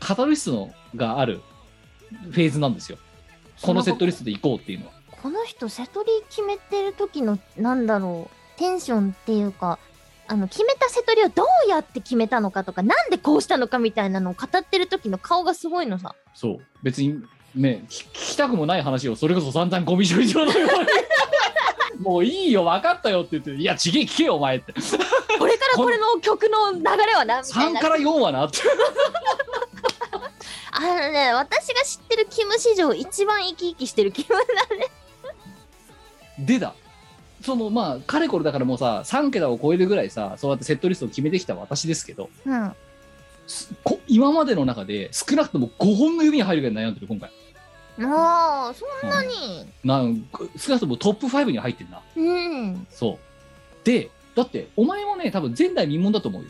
S4: カタルシスのがあるフェーズなんですよ。このセットリストで行こうっていうのは。
S1: この人瀬戸り決めてる時のなんだろうテンションっていうかあの決めた瀬戸りをどうやって決めたのかとかなんでこうしたのかみたいなのを語ってる時の顔がすごい のさ
S4: そう別にね聞聞きたくもない話をそれこそ散々ゴミ処理場のよう にもういいよ分かったよって言って「いやちげえ聞けよお前」って
S1: これからこれの曲の流れはなみたい
S4: 3
S1: な
S4: から4はなって
S1: あのね私が知ってるキム史上一番生き生きしてるキムだね
S4: でだそのまあかれこれだからもうさ3桁を超えるぐらいさそうやってセットリストを決めてきた私ですけど
S1: うん
S4: すこ今までの中で少なくとも5本の指に入るぐらい悩んでる今回
S1: ああそんなに
S4: なん少なくともトップ5に入ってんな
S1: うん
S4: そうでだってお前もね多分前代未聞だと思うよ、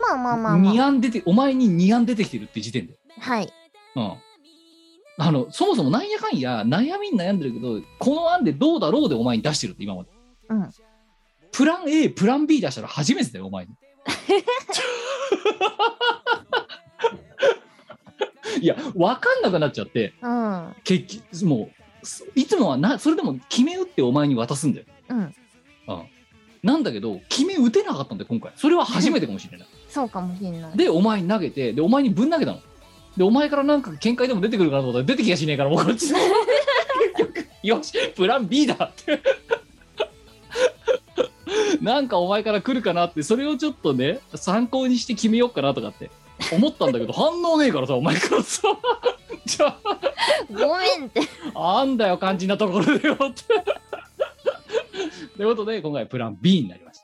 S1: まあまあまあま
S4: 2
S1: あ
S4: 案出てお前に2案出てきてるって時点で
S1: はい
S4: うん、あのそもそもなんやかんや悩みに悩んでるけどこの案でどうだろうでお前に出してるって今まで
S1: うん
S4: プラン A プラン B 出したら初めてだよ お前にいや分かんなくなっちゃって
S1: うん
S4: 結局もうそいつもはなそれでも決め打ってお前に渡すんだよ
S1: うん
S4: なんだけど決め打てなかったんだよ今回それは初めてかもしれない
S1: そうかもしれない。
S4: でお前に投げてでお前にぶん投げたのでお前からなんか見解でも出てくるかなと思ったら出てきやしねえからもうこっ ち結局よしプラン B だってなんかお前から来るかなってそれをちょっとね参考にして決めようかなとかって思ったんだけ ど反応ねえからさお前からさじゃ
S1: ごめんって。
S4: ああんだよ肝心なところでよってということで今回プラン B になりまし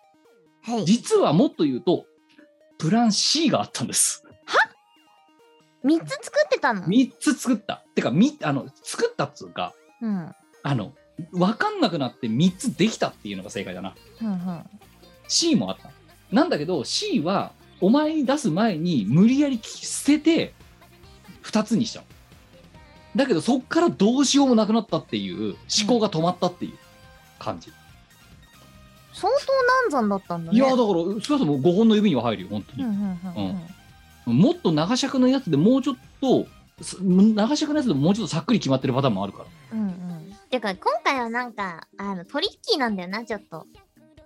S4: た
S1: はい。
S4: 実はもっと言うとプラン C があったんです
S1: 三つ作ってたの。
S4: 3つ作ったてかみあの作ったっつうか
S1: うん。うん
S4: あの分かんなくなって3つできたっていうのが正解だな
S1: うん。
S4: C もあったなんだけど C はお前に出す前に無理やり捨てて2つにしたのだけどそっからどうしようもなくなったっていう思考が止まったっていう感じ、
S1: 相当難産だったんだね。
S4: いやだから少なくとも5本の指には入るよ本当
S1: う
S4: に
S1: んう、んうんうん。
S4: もっと長尺のやつでもうちょっとす長尺のやつでももうちょっとさっくり決まってるパターンもあるから
S1: うんうん。てか今回はなんかあのトリッキーなんだよなちょっと。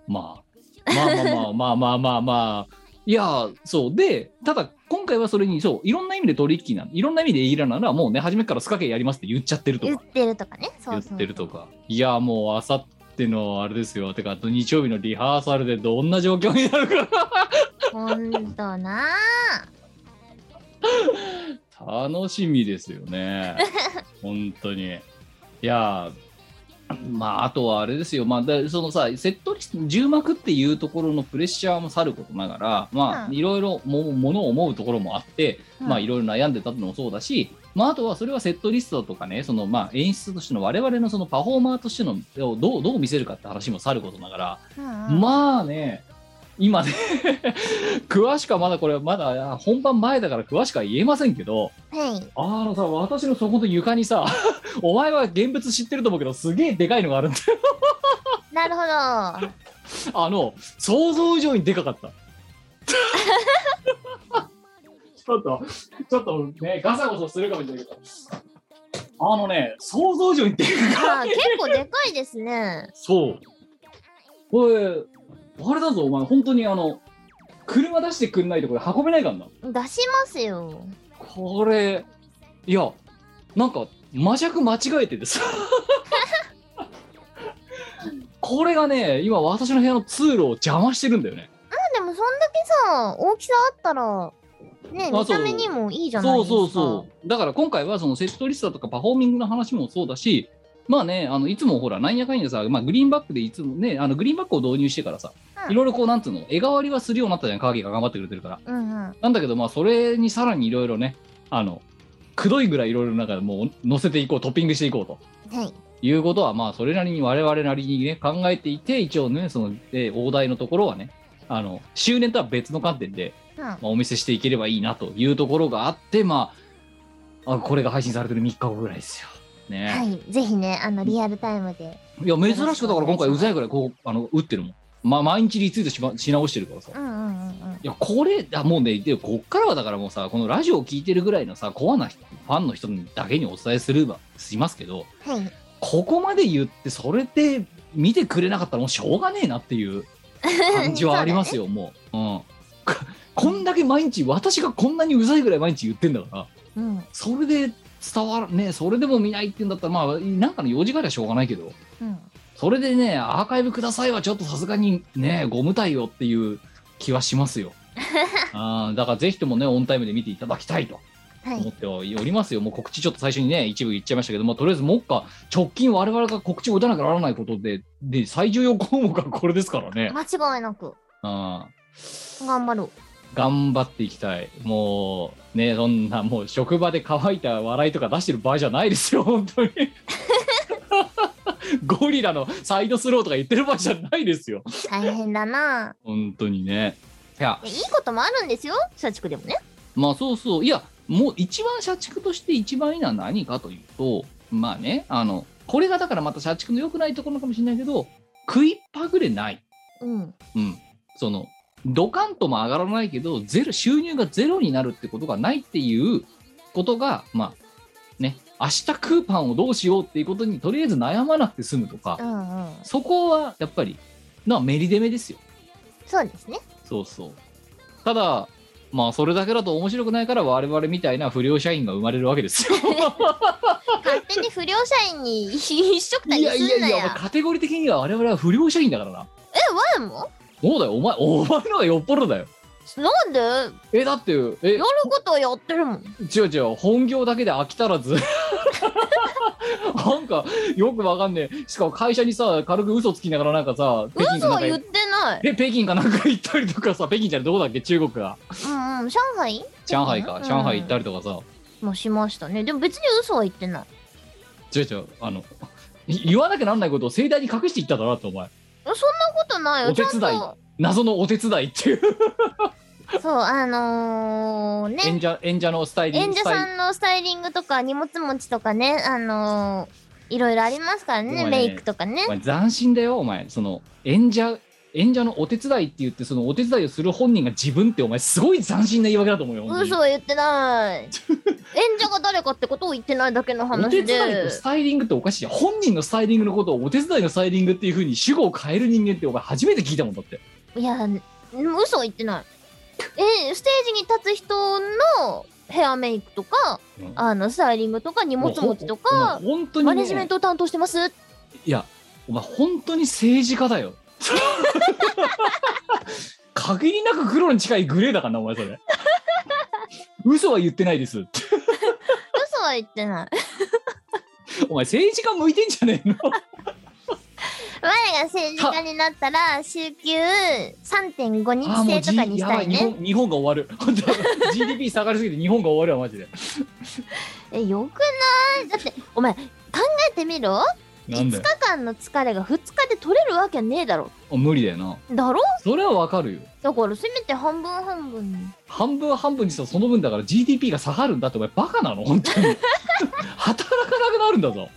S4: まあ、まあまあまあまあまあまあまあ。いや、そう。で、ただ、今回はそれに、そう、いろんな意味でトリッキーな、いろんな意味でいいらなら、もうね、初めからスカケやりますって言っちゃってると
S1: 言っ
S4: か、
S1: てるとかね。そう
S4: 言っ
S1: そうそう
S4: てるとか。いや、もう、あさっての、あれですよ。てか、あと日曜日のリハーサルでどんな状況になるか。
S1: ほんとな
S4: 楽しみですよ ね。本当に。いやーまあ、あとはあれですよ、まあ、だそのさ、セットリスト、10幕っていうところのプレッシャーもさることながら、まあ、
S1: うん
S4: いろいろもものを思うところもあって、
S1: うん
S4: まあ、いろいろ悩んでたのもそうだし、まあ、あとはそれはセットリストとかね、そのまあ演出としての、我々のそのパフォーマーとしてのをどうどう見せるかって話もさることながら、
S1: うんうん
S4: まあね、今ね、 詳しくはまだこれ、まだ本番前だから詳しくは言えませんけど、
S1: はい。
S4: あのさ、私のそこの床にさ、 お前は現物知ってると思うけど、すげえでかいのがあるんだよ。
S1: なる ほど。
S4: あの、想像以上にでかか った。ちょっと、ちょっとね、ガサゴソするかもしれないけど、あのね、想像以上にでかか
S1: あー結構でかいですね。
S4: そう。これ、あれだぞ、お前、本当にあの、車出してくんないとこれ運べないからな。
S1: 出しますよ。
S4: これいやなんか魔弱間違えて てさこれがね今私の部屋の通路を邪魔してるんだよね
S1: でもそんだけさ大きさあったらね
S4: あ
S1: 見た目
S4: そう
S1: にもいいじゃない
S4: そ
S1: で
S4: う
S1: すか。
S4: そうそうだから今回はそのセットリストとかパフォーミングの話もそうだしまあねあのいつもほらなんやかんやさ、まあ、グリーンバックでいつもねあのグリーンバックを導入してからさ、
S1: うん
S4: いろいろこうなんつうの絵代わりはするようになったじゃん影が頑張ってくれてるから
S1: う。うんうん。
S4: なんだけど、まあ、それにさらにいろいろね、あの、くどいぐらいいろいろなんかもう乗せていこう、トッピングしていこうと
S1: はい。
S4: いうことは、まあ、それなりに我々なりにね、考えていて、一応ね、その、えー大台のところはね、あの、周年とは別の観点で、
S1: うん。
S4: まあ、お見せしていければいいなというところがあって、まあ、あこれが配信されてる3日後ぐらいですよ。ね、
S1: はい。ぜひねあのリアルタイムで。
S4: い、や、珍しくだから今回うざいぐらいこう、あの、打ってるもん。まあ、毎日リツイートし,、ま、し直してるからさ。
S1: うんうんうんうん。
S4: いや、これ、あもうね、でこっからはだからもうさ、このラジオを聞いてるぐらいのさ、コアな人ファンの人にだけにお伝えすれば、しますけど、
S1: はい。
S4: ここまで言って、それで見てくれなかったらもうしょうがねえなっていう感じはありますよ、もう。うん。ここんだけ毎日、私がこんなにうざいぐらい毎日言ってんだから、
S1: うん。
S4: それで伝わら、ね、それでも見ないって言うんだったら、まあ、なんかの用事がありゃしょうがないけど、
S1: うん。
S4: それでね、アーカイブくださいはちょっとさすがにね、ご無体よっていう気はします よ。あーだからぜひともね、オンタイムで見ていただきたいと
S1: は
S4: 思っ
S1: い。
S4: ておりますよ。もう告知ちょっと最初にね、一部言っちゃいましたけども、とりあえずもっか、直近我々が告知を打たなきゃならないことで、で、最重要項目がこれですからね。
S1: 間違いなく
S4: あ
S1: 頑張ろう。
S4: ー頑張っていきたい。もう、ね、そんな、もう職場で乾いた笑いとか出してる場合じゃないですよ、本当に。ゴリラのサイドスローとか言ってる場合じゃないですよ。
S1: 大変だな。
S4: 本当にねいや
S1: でいいこともあるんですよ。社畜でもね。
S4: まあそうそういやもう一番社畜として一番いいのは何かというとまあねあのこれがだからまた社畜の良くないところかもしれないけど食いっぱぐれない、
S1: うん。
S4: うん、そのドカンとも上がらないけどゼロ収入がゼロになるってことがないっていうことがまあね明日クーパンをどうしようっていうことにとりあえず悩まなくて済むとか、
S1: うんうん。
S4: そこはやっぱりなメリデメですよ
S1: そうですね。
S4: そうそうただまあそれだけだと面白くないから我々みたいな不良社員が生まれるわけで すよ
S1: 勝手に不良社員に一緒くた
S4: い
S1: に
S4: や
S1: す
S4: いや
S1: ん
S4: い
S1: な
S4: や
S1: や。
S4: お前カテゴリー的には我々は不良社員だからな
S1: え、ワンも
S4: そうだよお前お前のがよっぽどだよ
S1: なんでや
S4: えだってえ
S1: ることはやってるも ん。
S4: 違う違う本業だけで飽き足らず なんかよくわかんねえしかも会社にさ軽く嘘つきながらなんかさ北京か
S1: 嘘は
S4: なんか
S1: 言ってない。
S4: で北京かなんか行ったりとかさ北京じゃないどこだっけ中国が
S1: うんうん、上海
S4: 上海か
S1: うん
S4: 上海行ったりとかさ
S1: もしましたね。でも別に嘘は言ってない。
S4: 違う違うあの い言わなきゃなんないことを盛大に隠していっただなってお前
S1: そんなことないよ。
S4: お手伝い
S1: ちゃんと
S4: 謎のお手伝いっていう
S1: そう、あのー、ね
S4: 演。者演者のスタイリン
S1: 演
S4: グ
S1: 者
S4: スタイ
S1: さんのスタイリングとか荷物持ちとかね、あのー、いろいろありますから
S4: ごめん
S1: ね、
S4: ね
S1: メイクとかね
S4: お。前斬新だよお前その演者演者のお手伝いって言ってそのお手伝いをする本人が自分ってお前すごい斬新な言い訳だと思うよ本当に
S1: 嘘は言ってない。演者が誰かってことを言ってないだけの
S4: お手
S1: 話
S4: 伝い
S1: で
S4: と。スタイリングっておかしい本人のスタイリングのことをお手伝いのスタイリングっていうふうに主語を変える人間ってお前初めて聞いたもんだって
S1: いや、ん嘘は言ってない。え、ステージに立つ人のヘアメイクとか、
S4: うん
S1: あの、スタイリングとか、荷物持ちと
S4: お
S1: か、
S4: 前本当にね
S1: マネジメントを担当してますって
S4: いやお前本当に政治家だよ限りなく黒に近いグレーだからなお前それ嘘は言ってないです
S1: 嘘は言ってない。
S4: お前政治家向いてんじゃねえの
S1: 我が政治家になったら、週休3.5
S4: あー
S1: 日
S4: も
S1: 制
S4: う
S1: とかにしたい
S4: やば日
S1: ね。
S4: 本日本が終わる 本当 GDP 下がりすぎて日本が終わるわマジで
S1: え、よくないだって、お前、考えてみろ
S4: なんだ
S1: ?5
S4: よ
S1: 日間の疲れが2日で取れるわけねえだろ。
S4: あ無理だよな
S1: だろ
S4: それはわかるよ
S1: だから、せめて半分半分に。
S4: 半分半分にしたらその分だから GDP が下がるんだってお前バカなの本当に 働かなくなるんだぞ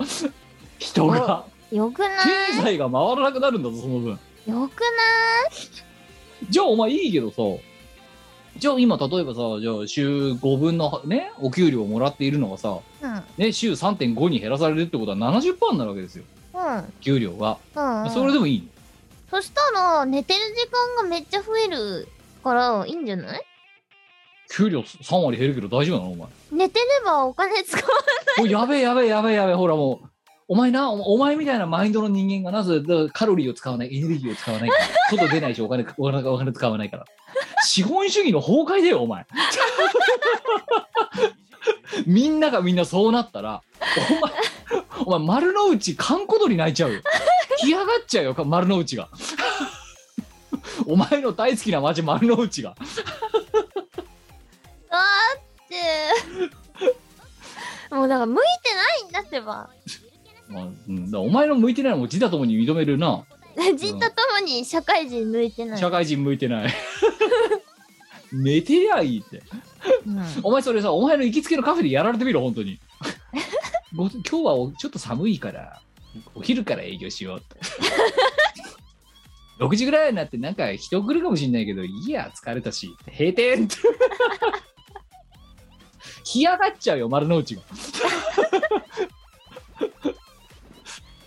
S4: 人が
S1: よくない
S4: 経済が回らなくなるんだぞその分
S1: よく
S4: じゃあお前いいけどさじゃあ今例えばさじゃあ週5分のねお給料をもらっているのがさ、
S1: ない
S4: ね、週3.5に減らされるってことは70%になるわけですよ
S1: うん。うん。
S4: 給料が、
S1: うん、うん。
S4: それでもいい
S1: そしたら、寝てる時間がめっちゃ増えるから、いいんじゃない
S4: 給料3割減るけど大丈夫なのお前
S1: 寝てればお金使う。
S4: もうやべえやべえやべえやべえほらもうお前なおお前みたいなマインドの人間がなぜだからカロリーを使わないエネルギーを使わないから外出ないしお金お金お金使わないから資本主義の崩壊だよお前みんながみんなそうなったらお前お前丸の内閑古鳥泣いちゃうよ干上がっちゃうよか丸の内がお前の大好きな街丸の内が
S1: だ って。もうだから向いてないんだってば。
S4: まあうんだからお前の向いてないのも自他ともに認めるな
S1: じっとともに社会人向いてない。
S4: 社会人向いてない寝てりゃいいって
S1: うん
S4: お前それさお前の行きつけのカフェでやられてみろ本当にご今日はおちょっと寒いからお昼から営業しようって6時ぐらいになってなんか人来るかもしんないけどいいや疲れたし閉店って干上がっちゃうよ丸の内が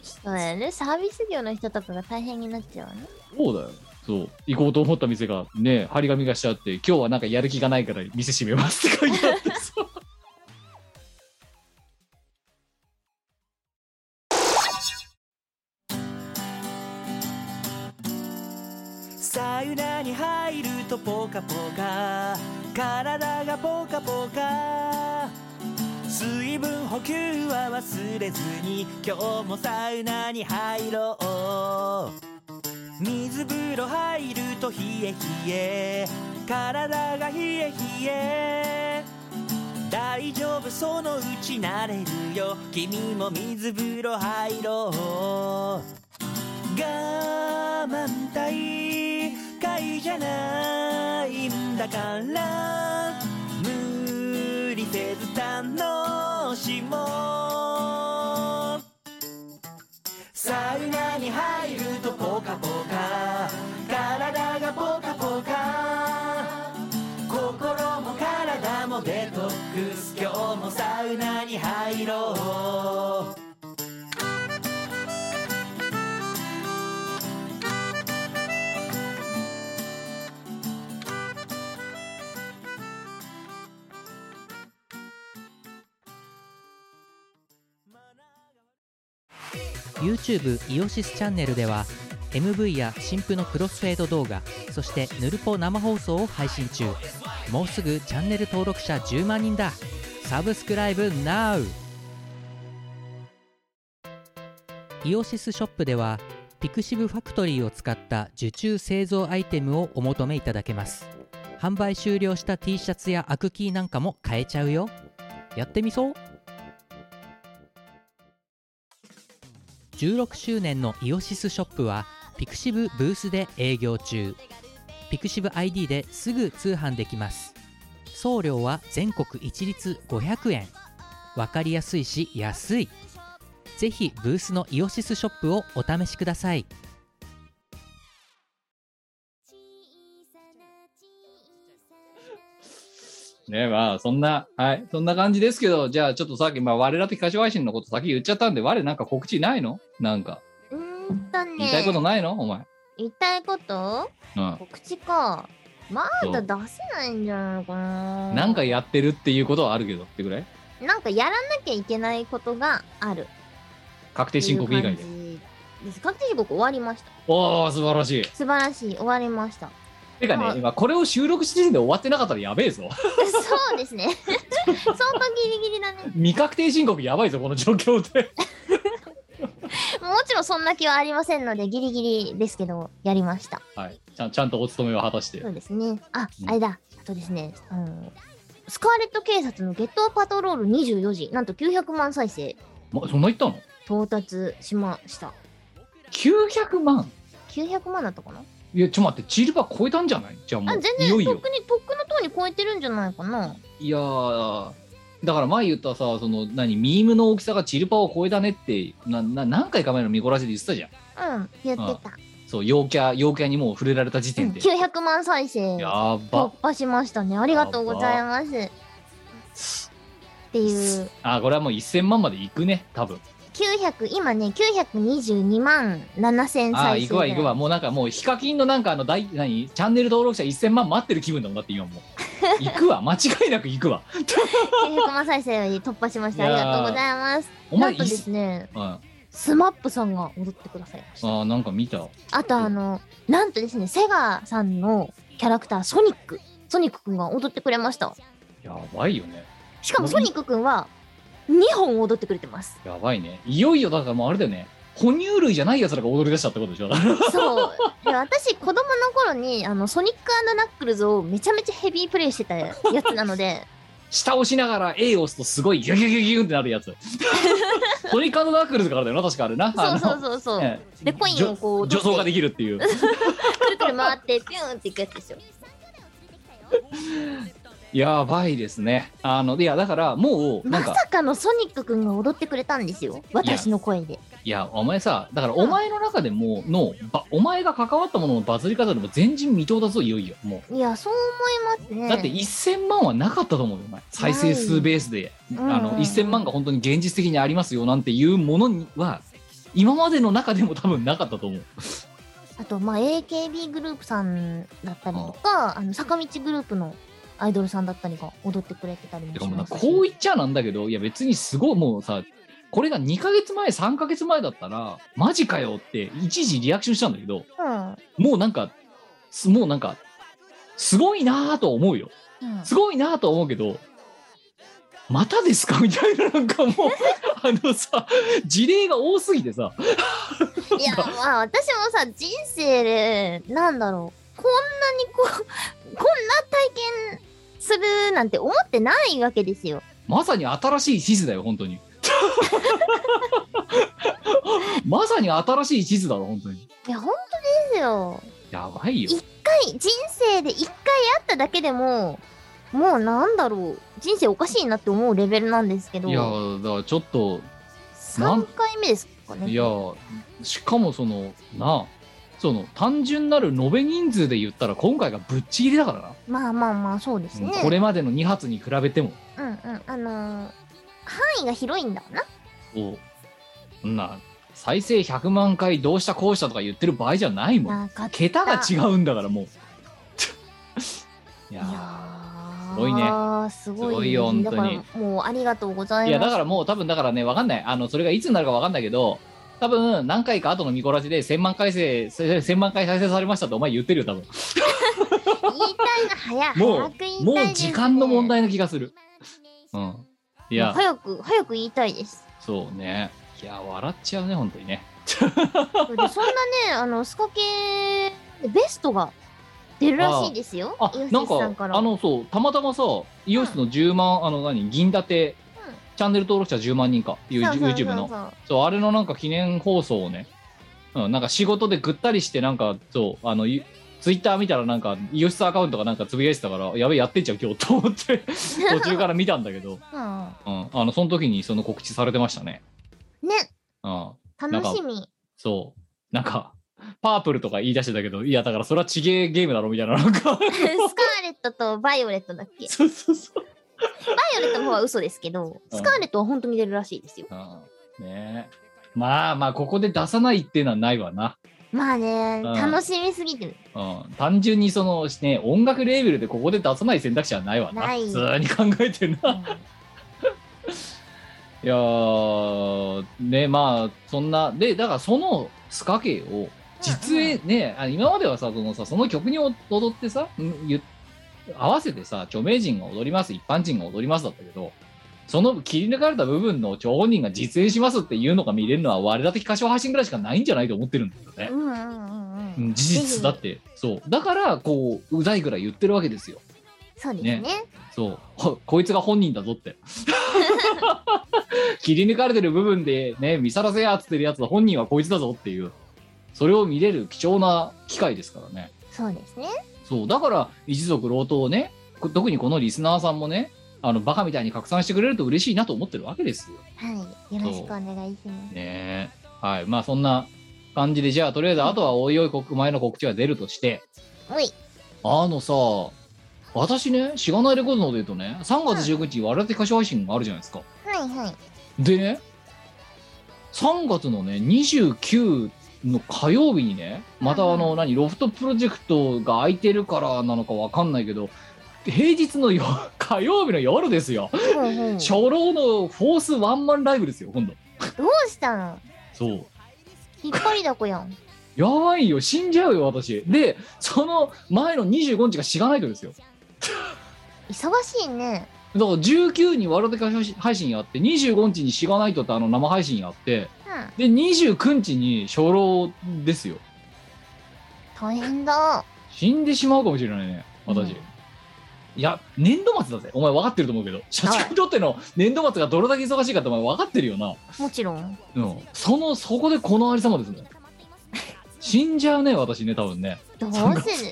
S1: そうだよね。サービス業の人とかが大変になっちゃうわね。
S4: そうだよそう行こうと思った店がね張り紙がしちゃって今日はなんかやる気がないから店閉めますって書いてあってさ
S3: サウナに入るとポカポカ体がポカポカ水分補給は忘れずに今日もサウナに入ろう水風呂入ると冷え冷え体が冷え冷え大丈夫そのうち慣れるよ君も水風呂入ろう我慢大会じゃないんだから無理せず楽しもうサウナに入るとポカポカ体がポカポカ心も体もデトックス今日もサウナに入ろう
S2: YouTube イオシスチャンネルでは MV や新婦のクロスフェード動画そしてヌルポ生放送を配信中もうすぐチャンネル登録者10万人だサブスクライブ NOW イオシスショップではピクシブファクトリーを使った受注製造アイテムをお求めいただけます販売終了した T シャツやアクキーなんかも買えちゃうよやってみそう16周年のイオシスショップはピクシブブースで営業中ピクシブ ID ですぐ通販できます送料は全国一律500円わかりやすいし安いぜひブースのイオシスショップをお試しください
S4: ねまあそんなはいそんな感じですけどじゃあちょっとさっきまあ我ら的歌唱配信のこと先言っちゃったんで我なんか告知ないのなんか
S1: うーんとね
S4: 言いたいことないのお前
S1: 言いたいこと
S4: うん
S1: 告知かまだ出せないんじゃないかな
S4: なんかやってるっていうことはあるけどってぐらい
S1: なんかやらなきゃいけないことがある
S4: 確定申告以外
S1: って
S4: で
S1: いう感じです確定申告終わりました
S4: おお素晴らしい
S1: 素晴らしい終わりました
S4: てか
S1: あ
S4: ね今これを収録してるんで終わってなかったらやべえぞ
S1: そうですね相当ギリギリだね
S4: 未確定申告やばいぞこの状況で
S1: もちろんそんな気はありませんのでギリギリですけどやりました
S4: はいちゃんちゃんとお勤めを果たして
S1: そうですねあ
S4: うん
S1: あれだあとですねあのスカーレット警察の「ゲットパトロール24時」なんと900万再生
S4: まそんな言ったの
S1: 到達しました
S4: 900万
S1: 900万だったかない
S4: やちょっと待ってチルバ超えたんじゃないじゃあも
S1: あ
S4: う
S1: 全
S4: いよ
S1: 然
S4: い
S1: と
S4: よ
S1: っくにとっくの塔に超えてるんじゃないかない
S4: やーだから前言ったさその何ミームの大きさがチルパを超えたねってなな何回か前の見こらしで言ってたじゃん
S1: うん言ってた
S4: そう陽キャ陽キャにもう触れられた時
S1: う
S4: 点
S1: ん
S4: で、
S1: 900万再生
S4: やーば
S1: 突破しましたねありがとうございますっていう
S4: あこれはもう1000万までいくね多分
S1: 900今ね922万7000
S4: あ
S1: 再生
S4: 行くわ行く
S1: ぐら
S4: わ
S1: い
S4: もうなんかもうヒカキンのなんかあの大何チャンネル登録者1000万待ってる気分だもんだって今も う行くわ間違いなく行くわ
S1: 900万再生に突破しましたあ
S4: い
S1: り
S4: やー
S1: がとうございます
S4: お前
S1: なんとですね
S4: うん、あ
S1: スマップさんが踊ってくださいました
S4: ーなんか見た
S1: あとあのなんとですねセガさんのキャラクターソニックソニックくんが踊ってくれました
S4: やばいよね
S1: しかもソニックくんは2本踊ってくれてます。
S4: やばいねいよいよだからもうあれだよね哺乳類じゃないやつらが踊り出したってことでしょ
S1: そう。で私、子供の頃に、あの、ソニックナックルズをめちゃめちゃヘビープレイしてたやつなので、
S4: 下押しながら A を押すとすごいギュギュギュギュンってなる やつトリカードナックルズからだよな確かあれな
S1: そうそ
S4: あ
S1: う
S4: の
S1: そうそう。
S4: ええ
S1: で、コインをこう、
S4: 助走がで
S1: き
S4: きるっていう
S1: くるくる回って、ピューンっていくやつですよ。
S4: やばいですねあのいやだからもうな
S1: ま
S4: んか
S1: さかのソニックくんが踊ってくれたんですよ。私の声で。
S4: いやお前さだからお前の中でものばお前が関わったもののバズり方でも全人未到だぞいよいよも
S1: いや、そう思います
S4: う
S1: ね。
S4: だって1000万はなかったと思うよお前再生数ベースで、
S1: うん
S4: あの1000万が本当に現実的にありますよなんていうものには今までの中でも多分なかったと思う
S1: あと、まあ、AKB グループさんだったりとか、あの、坂道グループのアイドルさんだったりが踊ってくれてたりも
S4: てか
S1: し
S4: もうな
S1: ますし
S4: こう言っちゃなんだけどいや別にすごいもうさこれが2ヶ月前3ヶ月前だったらマジかよって一時リアクションしたんだけど
S1: うん。
S4: もうなんかすもうなんかすごいなぁとは思うよ
S1: うん
S4: すごいなぁとは思うけど、またですか みたいな、なんかもう、あのさ、事例が多すぎてさ、
S1: いやまあ私もさ人生でなんだろうこんなにこう こんな体験するなんて思ってないわけですよ。
S4: まさに新しい地図だよ、本当に。 まさに新しい地図だろ、本当に。
S1: いや本当ですよ。
S4: やばいよ。
S1: はい人生で一回会っただけでももうなんだろう人生おかしいなって思うレベルなんですけど
S4: いや、だからちょっと、なん
S1: 3回目ですかね。
S4: いや、しかもその、なあ、その、単純なる延べ人数で言ったら、今回がぶっちぎりだからな。
S1: まあまあまあそうですね。
S4: これまでの2発に比べても。
S1: うんうんあのー範囲が広いんだわな。
S4: をそんな再生100万回どうしたこうしたとか言ってる場合じゃないもん
S1: なかった
S4: 桁が違うんだからもうい
S1: い
S4: や
S1: やー
S4: ーすごいね。
S1: すごい
S4: すごいよ本当
S1: だ
S4: に
S1: からもうありがとうございます。
S4: いやだからもう多分だからねわかんないあのそれがいつになるかわかんないけど多分何回か後のミコラジで1000万回生せ1000万回再生されましたってお前言ってるよ多分
S1: 言いたいの早い。
S4: も
S1: 早く言
S4: う
S1: い
S4: も
S1: たいです、
S4: う時間の問題な気がするうんい
S1: い
S4: や
S1: 早く、早く言いたいです。
S4: そうねいや笑っちゃうね本当にね
S1: だってそんなね、あの、スカ系でベストが出るらしいですよ。
S4: あ
S1: イオシ
S4: なん
S1: スさん
S4: か
S1: から。
S4: あのそうたまたまさイオシスの10万、あの何銀立て、
S1: うん
S4: チャンネル登録者10万人かユ
S1: そうそうそうそう
S4: YouTube のそうあれのなんか記念放送をね、うん、なんか仕事でぐったりしてなんかそうあのいツイッター見たらなんかイオシスアカウントがなんかつぶやいてたからやべえやってんじゃん今日と思って 途中から見たんだけど、
S1: うん
S4: うん、あのその時にその告知されてましたね、
S1: ね、
S4: うん、
S1: 楽しみ。
S4: そうなんかパープルとか言い出してたけどいやだからそれはちげえゲームだろみたいななんか
S1: ス カーレットとバイオレットだっけ
S4: そうそうそう
S1: バイオレットの方は嘘ですけど、
S4: うん
S1: スカーレットは本当に出るらしいですよ。
S4: うんねえまあまあここで出さないっていうのはないわな、
S1: まあね、
S4: うん
S1: 楽しみすぎ て、
S4: うん、単純にそのね音楽レーベルでここで出さない選択肢はないわな
S1: ない
S4: 普通に考えてんないやーねまあそんなでだからそのスカ系を実演ねあ今まではさそのさその曲に踊ってさんゆ合わせてさ著名人が踊ります一般人が踊りますだったけどその切り抜かれた部分の張本人が実演しますっていうのが見れるのは我々的歌唱配信ぐらいしかないんじゃないと思ってるんだよね。
S1: うんうんうんう。
S4: うんん事実だってそうだからこううざいぐらい言ってるわけですよ
S1: そうですね。
S4: そうほこいつが本人だぞって 切り抜かれてる部分でね見さらせやっつってるやつは本人はこいつだぞっていうそれを見れる貴重な機会ですからね
S1: そうですね。
S4: そうだから一族老頭をねこ特にこのリスナーさんもねあのバカみたいに拡散してくれると嬉しいなと思ってるわけですよ
S1: はい。よろしくお願いします。
S4: ねえはいまあそんな感じでじゃあとりあえずあとはおいおい告前の告知は出るとして
S1: おい。
S4: あのさ、私ね、しがないレコードので言うとね、3月19日、我々的歌手配信があるじゃないですか。
S1: はいはい。
S4: でね、3月のね、29の火曜日にね、またあの、何、ロフトプロジェクトが空いてるからなのかわかんないけど、平日のよ 火曜日の夜ですよ。
S1: ほうほ う
S4: 初老のフォースワンマンライブですよ、今度。
S1: どうしたの
S4: そう。
S1: 引っ張りだこやん。
S4: やばいよ、死んじゃうよ、私。で、その前の25日がしがないとですよ。
S1: 忙しいね。
S4: だから19に笑って配信やって25日にしがないとってあの生配信やって
S1: うん。
S4: で29日に初老ですよ
S1: 大変だ。
S4: 死んでしまうかもしれないね私、
S1: うん
S4: いや年度末だぜお前分かってると思うけど社長にとっての年度末がどれだけ忙しいかってお前分かってるよな、
S1: もちろん。
S4: うん、そのそこでこのありさまですね死んじゃうね私ね多分ね
S1: どうする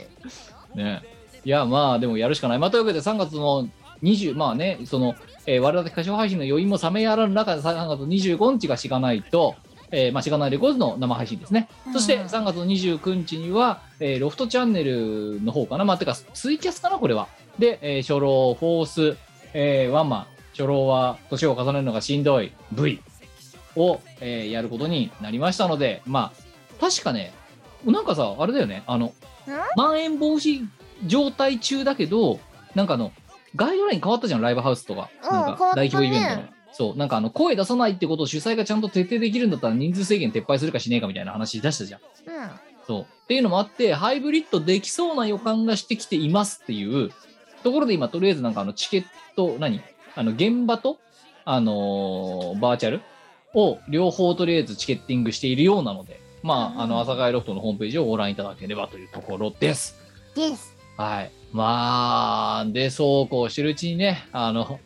S4: ねいやまあでもやるしかないまあというわけで3月の20まあねその、えー我々歌唱配信の余韻も冷めやらぬ中で3月25日がしがないと、えーまあしがないレコードの生配信ですね、 そして
S1: うん
S4: 3月の29日には、えーロフトチャンネルの方かなまあてかツイキャスかなこれはで、えー初老フォース、えーワンマン初老は年を重ねるのがしんどい V を、えーやることになりましたのでまあ確かねなんかさあれだよねあのまん延防止状態中だけど、なんかあの、ガイドライン変わったじゃん、ライブハウスとか。
S1: うん
S4: なん
S1: 変わ
S4: か
S1: ったね
S4: 大規模イベントの。そう、なんかあの、声出さないってことを主催がちゃんと徹底できるんだったら人数制限撤廃するかしねえかみたいな話出したじゃん。
S1: うん。
S4: そう。っていうのもあって、ハイブリッドできそうな予感がしてきていますっていうところで今、とりあえずなんかあの、チケット、何あの、現場と、あのーバーチャルを両方とりあえずチケッティングしているようなので、まあ、あの、朝会ロフトのホームページをご覧いただければというところです。
S1: です。
S4: はい。まあ、で、そうこうしてるうちにね、あの、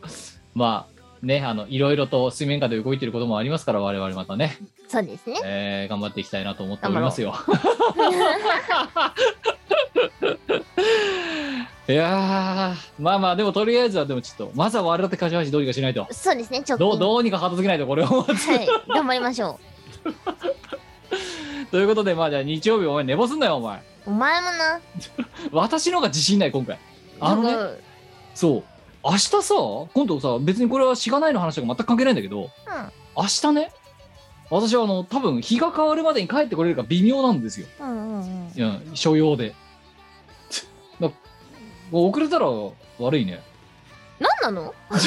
S4: まあ、ね、あの、いろいろと水面下で動いてることもありますから、我々またね、
S1: そうです ね。
S4: えー頑張っていきたいなと思っておりますよ。いやー、まあまあ、でもとりあえずは、でもちょっと、まずは我々って柏橋どうにかしないと。
S1: そうですね。ちょっ
S4: ど
S1: と。
S4: う、どうにか片付けないと、これを。
S1: は い。頑張りましょ
S4: ということで、まあじゃあ日曜日、お前寝坊すんなよ、お前。
S1: う。お前もな。
S4: 私の方が自信ない、今回。あのね、
S1: なんか
S4: そう。明日さ、今度さ、別にこれはしがないの話とか全く関係ないんだけど、明日ね私はあの多分日が変わるまでに帰ってこれるか微妙なんですよ、
S1: うん。うんうんうん。
S4: うん、所 要でだもう遅れたら悪いね
S1: なん なのそ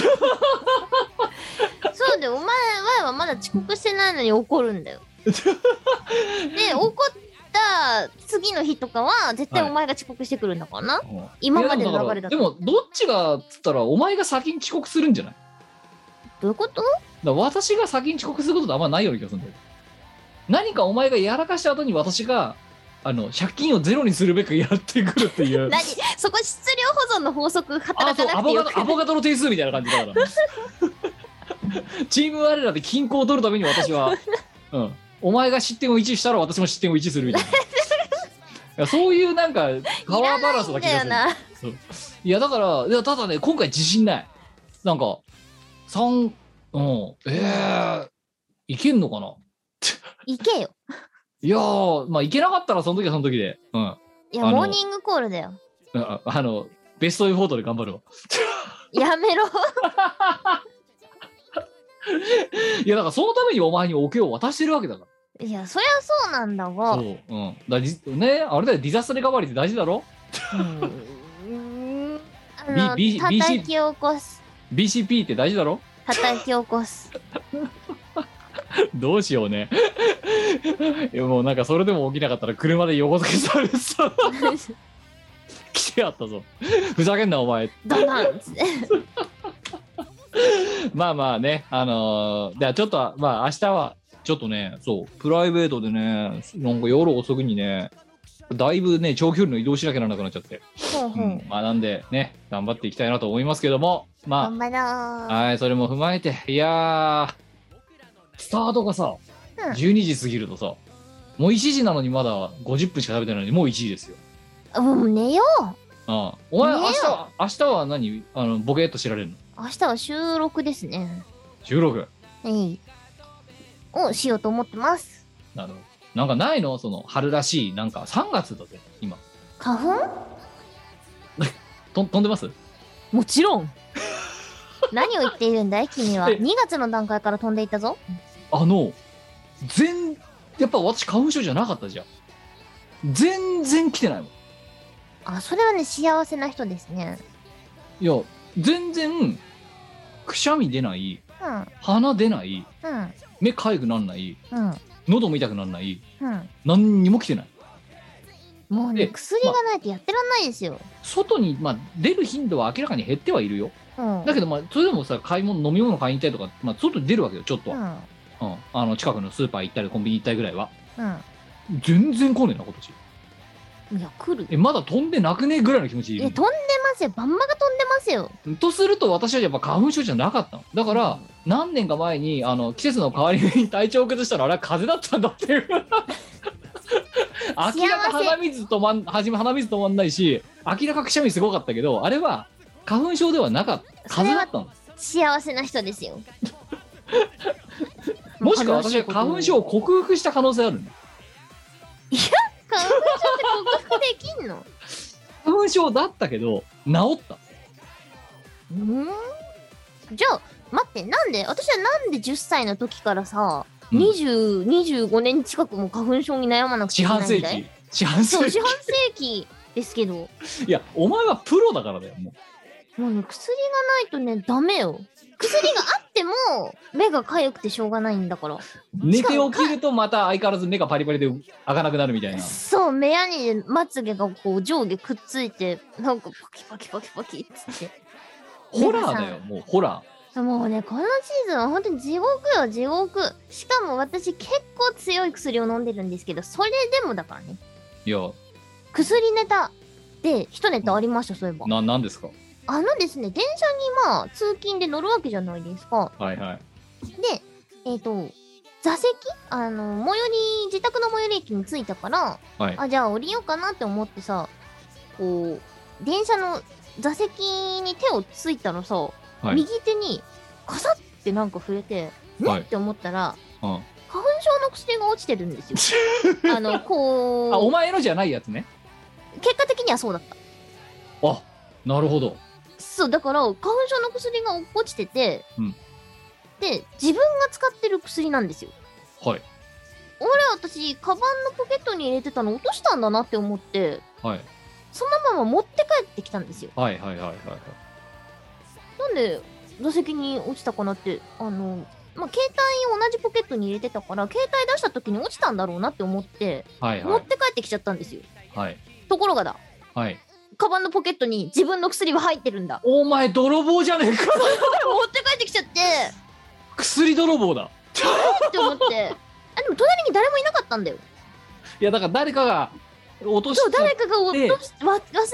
S1: うだよお前はまだ遅刻してないのに怒るんだよ で怒った次の日とかは絶対お前が遅刻してくるのかな、
S4: うん
S1: 今まで
S4: いや
S1: の流れだと
S4: だからでもどっちがっつったらお前が先に遅刻するんじゃないだか
S1: どういうこと
S4: ら私が先に遅刻することってあんまないような気がするんだよ何かお前がやらかした後に私があの借金をゼロにするべくやってくるっていう
S1: 何そこ質量保存の法則
S4: あ
S1: 働
S4: そ
S1: か
S4: うア
S1: なくて
S4: ボ
S1: よ
S4: カ
S1: く
S4: ドアボカドの定数みたいな感じだからチーム我らで均衡を取るために私は、うん、お前が失点を1したら私も失点を1するみたいないやそういうなんかパワーバランス
S1: な
S4: だ
S1: いん
S4: 気
S1: だ
S4: が
S1: よ
S4: する
S1: ない
S4: やだからいやただね今回自信ないなんか3うんええいけんのかない
S1: けよ
S4: いやーまあいけなかったらその時はその時でうん
S1: いや
S4: あの
S1: モーニングコールだよ
S4: ああのベストエフォートで頑張るわ
S1: やめろ
S4: いやだからそのためにお前におけを渡してるわけだから
S1: いやそりゃそうなんだが
S4: そう、うん、だじねあれだよディザストレカバリーって大事だろ
S1: うんあの
S4: B- B-
S1: 叩き起こす
S4: BCP って大事だろ
S1: 叩き起こす
S4: どうしようね いやもうなんかそれでも起きなかったら車で横付けされてさ 来てやったぞふざけんなお前
S1: ドナ ンっつって
S4: まあまあねあのー、じゃあちょっとまあ明日はちょっとねそうプライベートでねなんか夜遅くにねだいぶね長距離の移動しなきゃならなくなっちゃって、
S1: ほう
S4: う
S1: ほ
S4: ん
S1: う、
S4: まあなんでね頑張っていきたいなと思いますけどもまあ
S1: 頑張ろう
S4: はい、それも踏まえて、いやー、スタートがさ、
S1: うん
S4: 12時過ぎるとさ、もう1時なのにまだ50分しか食べてないのに、もう1時ですよ。
S1: もう寝よう
S4: ああお前、
S1: ねえ
S4: 明日は、明日は何あの、ボケっと知られるの
S1: 明日は収録ですね
S4: ?16。
S1: えいをしようと思ってます
S4: なるほど。なんかないのその、春らしい、なんか、3月だぜ、今。
S1: 花 粉
S4: と飛んでます
S1: もちろん何を言っているんだい君は
S4: え
S1: 2月の段階から飛んでいたぞ
S4: あの、全、やっぱ私、花粉症じゃなかったじゃん。全然来てないもん。
S1: あそれはね幸せな人ですね
S4: いや、全然、くしゃみ出ない、
S1: うん
S4: 鼻出ない、
S1: うん
S4: 目かゆくなんない、
S1: うん
S4: 喉も痛くならない
S1: うん
S4: 何にも来てない
S1: もうね
S4: え
S1: 薬がないとやってらんないですよ、
S4: 外に、まあ、出る頻度は明らかに減ってはいるよ
S1: うん
S4: だけど、まあ、それでもさ買い物飲み物買いに行ったりとか、まあ、外に出るわけよちょっとは、うんあの近くのスーパー行ったりコンビニ行ったりぐらいは
S1: うん
S4: 全然来ねえな今年
S1: うんいや来る
S4: えまだ飛んでなくねえぐらいの気持ち
S1: い
S4: で
S1: や
S4: い
S1: 飛んでますよバンマが飛んでますよ
S4: るとすると私はやっぱ花粉症じゃなかったのだから何年か前にあの季節の変わり目に体調を崩したらあれは風邪だったんだっていう 明らか鼻水止まんはじめ鼻水止まんないし明らかくしゃみすごかったけどあれは花粉症ではなかった風邪だったの
S1: 幸せな人です よ
S4: もしくは私は花粉症を克服した可能性あるの
S1: 花粉症って克服できんの
S4: 花粉症だったけど治った
S1: うんじゃあ待ってなんで私はなんで10歳の時からさ、
S4: うん
S1: 20 25年近くも花粉症に悩まなくち
S4: 四
S1: ゃいけ
S4: 半
S1: ないんだ
S4: 世
S1: い
S4: 紀四半
S1: そう
S4: 世
S1: 四
S4: 紀
S1: 半世紀ですけど
S4: いやお前はプロだからだよもう
S1: もうね薬がないとねダメよ薬があっても目が痒くてしょうがないんだから
S4: 寝て起きるとまた相変わらず目がパリパリで開かなくなるみたいな
S1: そう目やにでまつげがこう上下くっついてなんかパキパキパキパキっつって
S4: ホラーだよもうホラー
S1: もうねこのシーズンは本当に地獄よ地獄しかも私結構強い薬を飲んでるんですけどそれでもだからね
S4: いや
S1: 薬ネタで一ネタありましたそういえば
S4: ななんですか
S1: あのですね電車にまあ通勤で乗るわけじゃないですか
S4: はいはい
S1: で、えっ、と、座席あの、最寄り、自宅の最寄り駅に着いたから、
S4: はい
S1: あ、じゃあ降りようかなって思ってさ、こう、電車の座席に手をついたらさ、
S4: はい
S1: 右手にカサッてなんか触れて、ね、
S4: はい
S1: って思ったら、
S4: うん
S1: 花粉症の薬が落ちてるん ですよ。あの、
S4: あお
S1: こ
S4: 前のじゃないやつね
S1: う、結果的にはそうだった。
S4: あなるほど
S1: そう、だから、花粉症の薬が落ちてて、
S4: うん
S1: で、自分が使ってる薬なんですよ。
S4: はい
S1: 俺私カバンのポケットに入れてたの落としたんだなって思って
S4: はい
S1: そのまま持って帰ってきたんですよ
S4: はいはいはいはいはい
S1: なんで座席に落ちたかなってあのまあ、携帯を同じポケットに入れてたから携帯出した時に落ちたんだろうなって思って
S4: はい
S1: 持
S4: は
S1: っ
S4: い
S1: て帰ってきちゃったんですよ、
S4: はい
S1: ところがだ
S4: はい
S1: カバンのポケットに自分の薬が入ってるんだ
S4: お前泥棒じゃねえか
S1: これ持って帰ってきちゃって
S4: 薬泥棒だ
S1: って思ってあでも隣に誰もいなかったんだよ
S4: いやだから誰かが落とし
S1: そう
S4: た
S1: 誰かが落としわ忘れたや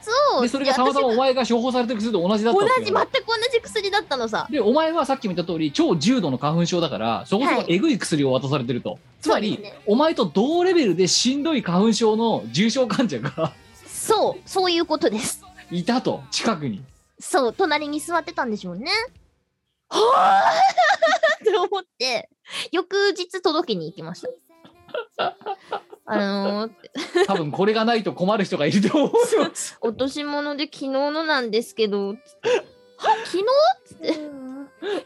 S1: つを
S4: でそれがたまたまお前が処方されてる薬と同じだった
S1: 同
S4: っていう
S1: じ全く同じ薬だったのさ
S4: でお前はさっきも言った通り超重度の花粉症だからそこそこえぐい薬を渡されてると、つまり、
S1: そうですね
S4: お前と同レベルでしんどい花粉症の重症患者が
S1: そうそういうことです
S4: いたと近くに
S1: そう隣に座ってたんでしょうねはあって思って翌日届けに行きましたあのー
S4: 多分これがないと困る人がいると思うよ
S1: 落とし物で昨日のなんですけどつっては昨日つって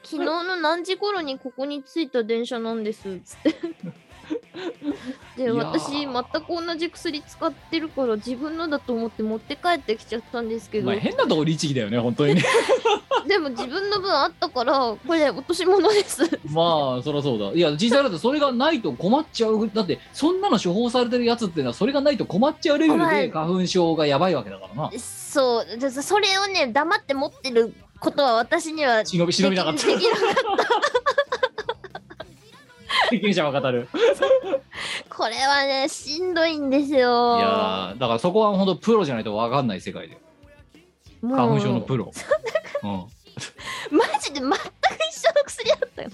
S1: 昨日の何時頃にここに着いた電車なんですつって
S4: い
S1: で
S4: やー
S1: 私全く同じ薬使ってるから自分のだと思って持って帰ってきちゃったんですけ
S4: お
S1: ど
S4: 前変なとこ律儀だよね本当に ね
S1: でも自分の分あったからこれ落とし物です
S4: まあそりゃそうだいや実際だってそれがないと困っちゃうだってそんなの処方されてるやつっていうのはそれがないと困っちゃうレベル
S1: は
S4: で
S1: い
S4: 花粉症がやばいわけだからな
S1: そうでそれをね黙って持ってることは私には
S4: 忍び忍びなか った
S1: できできなかっ
S4: 責任者は語る
S1: たこれはねしんどいんです
S4: い
S1: よ
S4: やーだからそこは本当プロじゃないと分かんない世界で
S1: もう
S4: 花粉症の プロうん
S1: マジで全く一緒の薬だったよ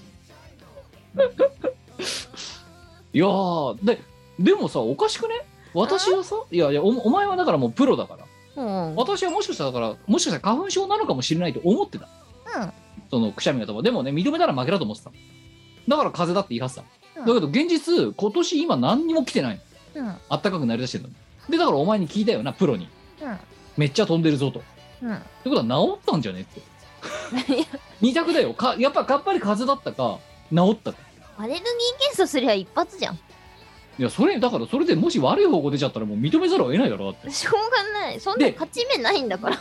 S4: いやーででもさおかしくね私はさいやいやおお前はだからもうプロだから
S1: うん
S4: 私はもしかしたらだからもしかしたら花粉症なのかもしれないと思ってた、
S1: うん
S4: そのくしゃみがともでもね認めたら負けだと思ってただから風邪だって言い張ってた、
S1: うん
S4: だけど現実今年今何にも来てないの
S1: うん
S4: あったかくなりだしてるのにでだからお前に聞いたよなプロに
S1: うん
S4: めっちゃ飛んでるぞとって
S1: うん
S4: ことは治ったんじゃねって
S1: いや
S4: 二択だよかやっぱやっぱり風邪だったか治ったか
S1: アレルギー検査すりゃ一発じゃん
S4: いやそれだからそれでもし悪い方向出ちゃったらもう認めざるを得ないだろだって
S1: しょうがないそんな
S4: で
S1: 勝ち目ないんだから、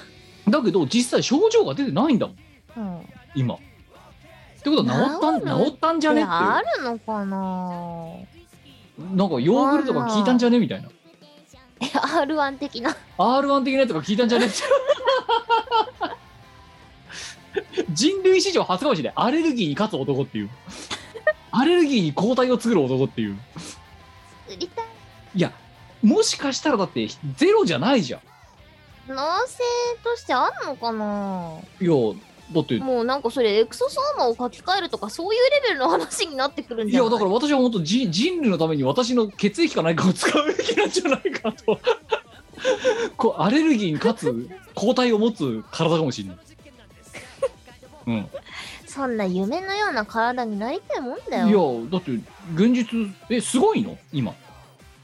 S4: だけど実際症状が出てないんだもん
S1: うん、
S4: 今ってことは治ったん
S1: 治る
S4: 治ったんじゃ
S1: い
S4: ねっ
S1: や
S4: て
S1: あるのかな
S4: いうなんかヨーグルトが効いたんじゃねみたいな
S1: え R1 的な
S4: R1 的なやつが効いたんじゃねって 人類史上初かもしれないアレルギーに勝つ男っていうアレルギーに抗体を作る男っていう
S1: 作りたい
S4: いやもしかしたらだってゼロじゃないじゃん
S1: 能性としてあんのかない
S4: やだって
S1: もうなんかそれエクソソーマを書き換えるとかそういうレベルの話になってくるん
S4: い
S1: じゃ
S4: や
S1: ない
S4: だから私は本当人人類のために私の血液か何かを使うべきなんじゃないかとこうアレルギーに勝つ抗体を持つ体かもしれない、うん、い
S1: そんな夢のような体になりたいもんだ
S4: や
S1: よ
S4: だって現実えすごいの今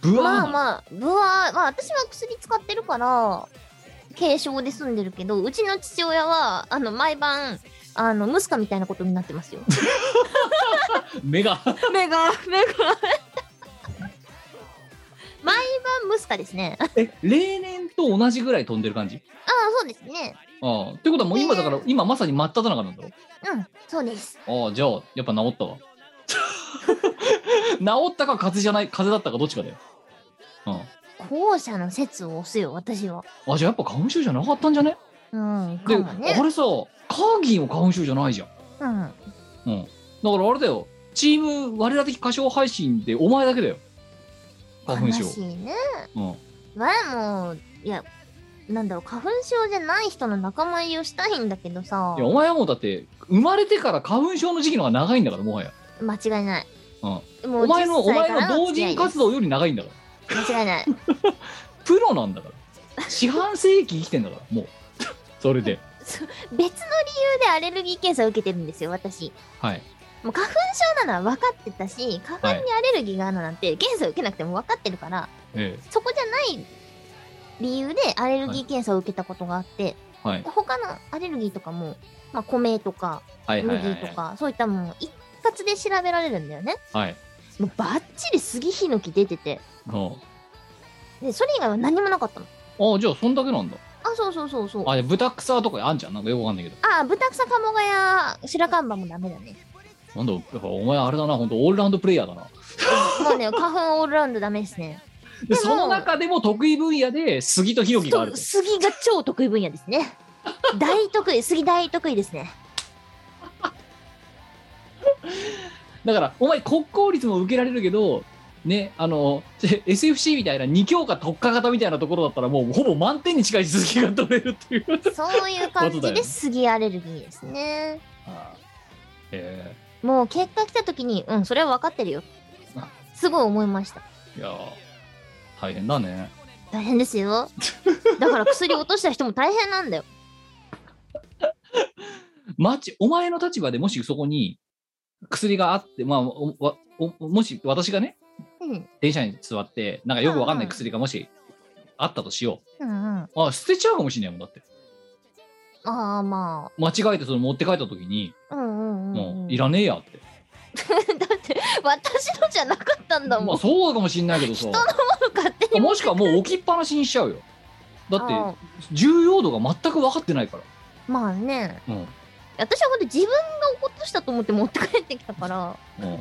S4: ブワー
S1: まあ
S4: な
S1: まあぶわーまあ私は薬使ってるから軽症で済んでるけどうちの父親はあの毎晩あのムスカみたいなことになってますよ
S4: 目が
S1: 目が目が毎晩ムスカですねああ
S4: え例年と同じぐらい飛んでる感じ
S1: そうですね
S4: ああってことはもう今だから今まさに真っ只中なんだろ
S1: うんそうです
S4: ああじゃあやっぱ治ったわ 治ったか風邪じゃない風邪だったかどっちかだよ、うん
S1: 後者の説を押すよ私は
S4: あじゃあやっぱ花粉症じゃなかったんじゃね
S1: うん
S4: で、
S1: かも
S4: あ
S1: ね
S4: れさカーギーも花粉症じゃないじゃん、
S1: うん
S4: うん、だからあれだよチーム我ら的歌唱配信でお前だけだよ花粉症
S1: 悲しいね
S4: うん、
S1: わあもういやなんだろう花粉症じゃない人の仲間入りをしたいんだけどさ
S4: いやお前はもうだって生まれてから花粉症の時期の方が長いんだからもはや
S1: 間違いない。もう
S4: お前
S1: 10
S4: のお
S1: 歳
S4: 前
S1: から
S4: の同人活動より長いんだから
S1: 間違いない。
S4: プロなんだから四半世紀生きてんだからもう それで
S1: 別の理由でアレルギー検査を受けてるんですよ、私。
S4: はい
S1: もう花粉症なのは分かってたし、花粉にアレルギーがあるのなんて検査を受けなくても分かってるから、
S4: え
S1: そこじゃない理由でアレルギー検査を受けたことがあって、
S4: えはい
S1: 他のアレルギーとかも、まあ、米とか
S4: はいはいはい
S1: 麦とか、そういったものを一括で調べられるんだよね。
S4: はい
S1: もうバッチリ杉ヒノキ出てて、
S4: うん
S1: でそれ以外は何もなかったの。
S4: ああじゃあそんだけなんだ
S1: あ、そうそうそうそう。
S4: あいや豚草とかあんじゃんなんかよくわかんないけど
S1: あ、ブタクサカモガヤ、白樺もダメだね。
S4: なんだ、やっぱお前あれだな、本当オールラウンドプレイヤーだな。
S1: もうね、花粉オールラウンドダメですね。
S4: で、その中でも得意分野で、杉とヒノキがある
S1: そう
S4: と。
S1: 杉が超得意分野ですね。大得意、杉大得意ですね。
S4: だから、お前国公立も受けられるけど、ね、あの、SFC みたいな二教科特化型みたいなところだったら、もうほぼ満点に近い続きが取れる っていう。
S1: そういう感じ
S4: ことだよ
S1: で
S4: ね
S1: 杉アレルギーですね。
S4: あーえ
S1: もう結果来た時に、うん、それは分かってるよ。すごい思いました。
S4: ーいやー大変だね。
S1: 大変です よ。だから薬落とした人も大変なんだよ。
S4: マチお前の立場でもしそこに薬があって、まあ、おわおもし私がね、
S1: うん。
S4: 電車に座って、なんかよくわかん
S1: うん
S4: な
S1: う
S4: い
S1: ん
S4: 薬がもしあったとしよ
S1: うんうん。
S4: う。あ、捨てちゃうかもしれないもんだって。
S1: ああ、ま
S4: 間違えてその持って帰った時に、
S1: あ。うんうんうん、うん。
S4: もういらねえやって。
S1: だって、私のじゃなかったんだ
S4: ま
S1: も
S4: あ
S1: ん。
S4: そうかもしれないけ どさ、
S1: 勝手に。
S4: もしくはもう置きっぱなしにしちゃうよ。だ
S1: あ
S4: って重要度が全く分かってないか
S1: ーまあね。
S4: ら。うん。
S1: 私はほんと自分が落としたと思って持って帰ってきた から。
S4: うん、いや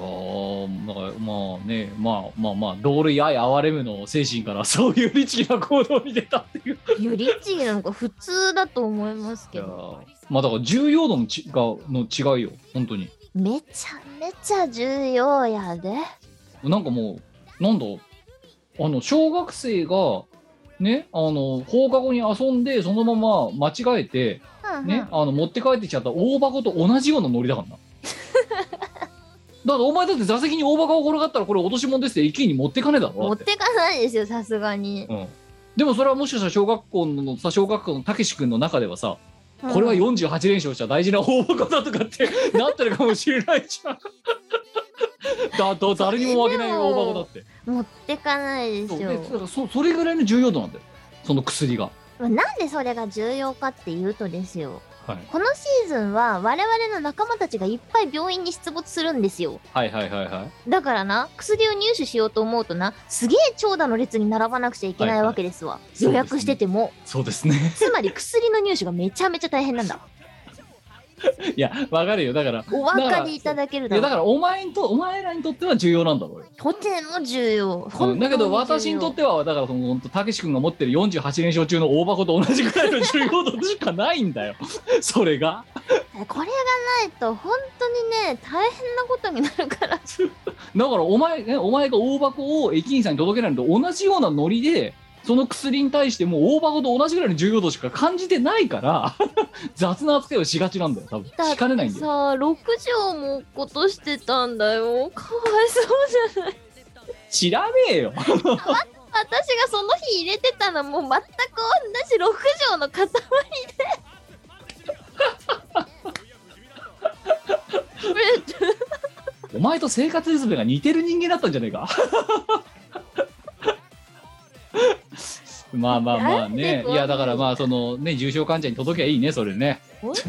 S4: ーなんかまあねまあまあまあ同類愛憐れむの精神からそういう律儀な行動に出たっていう
S1: ユリッチーなんか普通だと思います
S4: い
S1: け
S4: や
S1: ど。
S4: ーまあだから重要度のちがの違いよ本当に
S1: めちゃめちゃ重要やで。
S4: なんかもうなんだあの小学生がねあの放課後に遊んでそのまま間違えて
S1: うんうん
S4: ね、あの持って帰ってきちゃった大箱と同じようなノリ だからなだからお前だって座席に大箱が転がったらこれ落とし物ですって駅員に持ってかねえだろ
S1: 持
S4: だ
S1: っててかないですよ、さすがに。
S4: うん、でもそれはもしかしたら小学校のさ小学校のたけし君の中ではさ、これは
S1: うん
S4: 48連勝した大事な大箱だとかって なってるかもしれないじゃん。 だと誰にも負けない大箱だって。
S1: 持ってかないで
S4: そ
S1: す
S4: うで
S1: よ
S4: だ。からそそれぐらいの重要度なんだよその薬が。
S1: まあなんでそれが重要かっていうとですよ。
S4: はい、
S1: このシーズンは我々の仲間たちがいっぱい病院に出没するんですよ。
S4: はいはいはいはい。
S1: だからな、薬を入手しようと思うとな、すげえ長蛇の列に並ばなくちゃいけな
S4: はい
S1: い
S4: はい
S1: わけですわ。
S4: すね
S1: 予約してても。
S4: そうですね。
S1: つまり薬の入手がめちゃめちゃ大変なんだ。
S4: いやわかるよだから。
S1: お分かりいただける
S4: いや
S1: だ
S4: だ
S1: ろう。
S4: からお前にとお前らにとっては重要なんだろうよ。
S1: とても重要。本
S4: う
S1: 当
S4: ん
S1: に
S4: だけど私にとってはだからその本当たけし君が持ってる48連勝中の大箱と同じぐらいの重要度しかないんだよ それが
S1: 重要これがないと本当にね、大変なことになるから。
S4: だからお前ねお前が大箱を駅員さんに届けないのと同じようなノリでその薬に対してもう大箱と同じぐらいの重要度しか感じてないから 雑な扱いをしがちなんだよ多分しかねないんだよ
S1: さあ、6畳も落っことしてたんだよ。かわいそうじゃない
S4: 知らねえよ
S1: 私がその日入れてたのも全く同じ6畳の塊で。これ
S4: お前と生活リズムが似てる人間だったんじゃねえか まあまあまあ
S1: なんで
S4: ね
S1: こんない
S4: やだからまあそのね重症患者に届けばいいねそれね、
S1: 本当で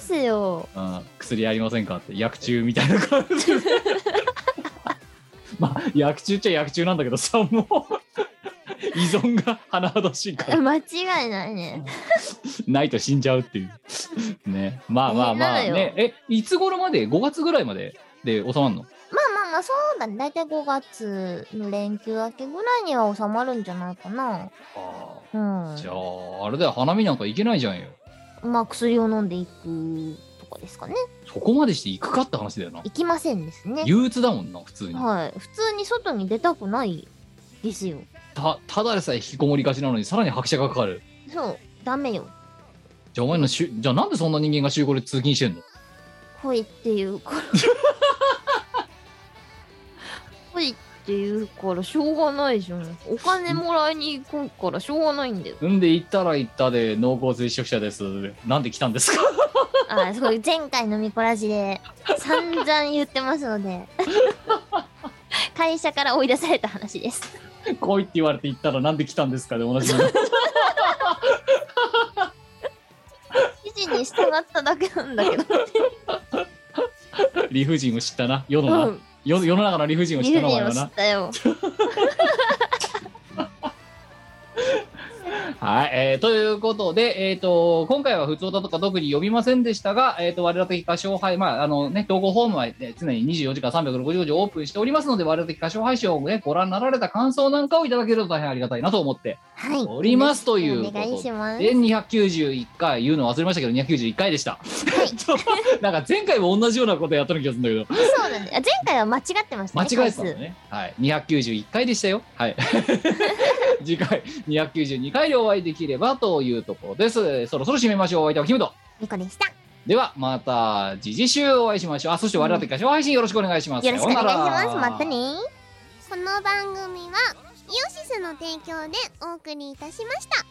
S1: すよ。
S4: うん、薬ありませんかって薬中みたいな感じで まあ薬中っちゃ薬中なんだけどさもう依存が甚だしいから
S1: 間違いないね。
S4: ないと死んじゃうっていうねまあまあまあ
S1: みんなだよ
S4: ねえいつ頃まで5月ぐらいまでで収まるの
S1: まあまあまあ、そうだね。だいたい5月の連休明けぐらいには収まるんじゃないかな。
S4: あ
S1: うん。
S4: じゃああれだよ花見なんか行けないじゃんよ
S1: まあ、薬を飲んでいくとかですかね。
S4: そこまでして行くかって話だよな
S1: 行きませんですね。
S4: 憂鬱だもんな普通に
S1: はい。普通に外に出たくないですよ。
S4: たただでさえ引きこもりがちなのにさらに拍車がかかる
S1: そう。ダメよ。
S4: じゃあお前のしゅじゃあなんでそんな人間が集合で通勤してんの
S1: 恋っていう から恋っていうからしょうがないじゃんお金もらいに行こうからしょうがないんだよ
S4: んで行ったら行ったで濃厚接触者ですなんで来たんですか
S1: あすごい前回のミコラジで散々言ってますので会社から追い出された話です
S4: 来いって言われて行ったらなんで来たんですかで同じだ
S1: 指示に従っただけなんだけど、
S4: 理不尽を知ったな世のな、
S1: うん、
S4: 世世の中の理不尽を知っ
S1: 理不
S4: たなお
S1: 尽
S4: 前
S1: を
S4: は
S1: 知
S4: な
S1: ったよ
S4: はい、えーということで、えー、と今回は普通だとか特に読みませんでしたが、えー、と我ら的歌唱配、まああのね、統合ホームは、ね、常に24時間365時オープンしておりますので、我ら的歌唱配信を、ね、ご覧になられた感想なんかをいただけると大変ありがたいなと思って
S1: はい
S4: おりますというこ
S1: お
S4: とで
S1: 願いします
S4: で、291回、言うの忘れましたけど、291回でした。ちょっと なんか前回も同じようなことやったる気がするんだけど。
S1: そうなんですあ前回は間違ってました
S4: 間
S1: ね
S4: 違えてたん
S1: 回
S4: だ
S1: 数
S4: ね。はい、291回でしたよ。はい。 次回292回でお会いできればというところです。そろそろ締めましょう。お相手はキムト。
S1: みこでした
S4: ではまた次々週お会いしましょう。あ、そして我々的歌唱配信よろしくお願いします。
S1: よろしくお願いし
S4: さよ
S1: ま
S4: う
S1: す
S4: なら
S1: またね
S5: この番組はイオシスの提供でお送りいたしました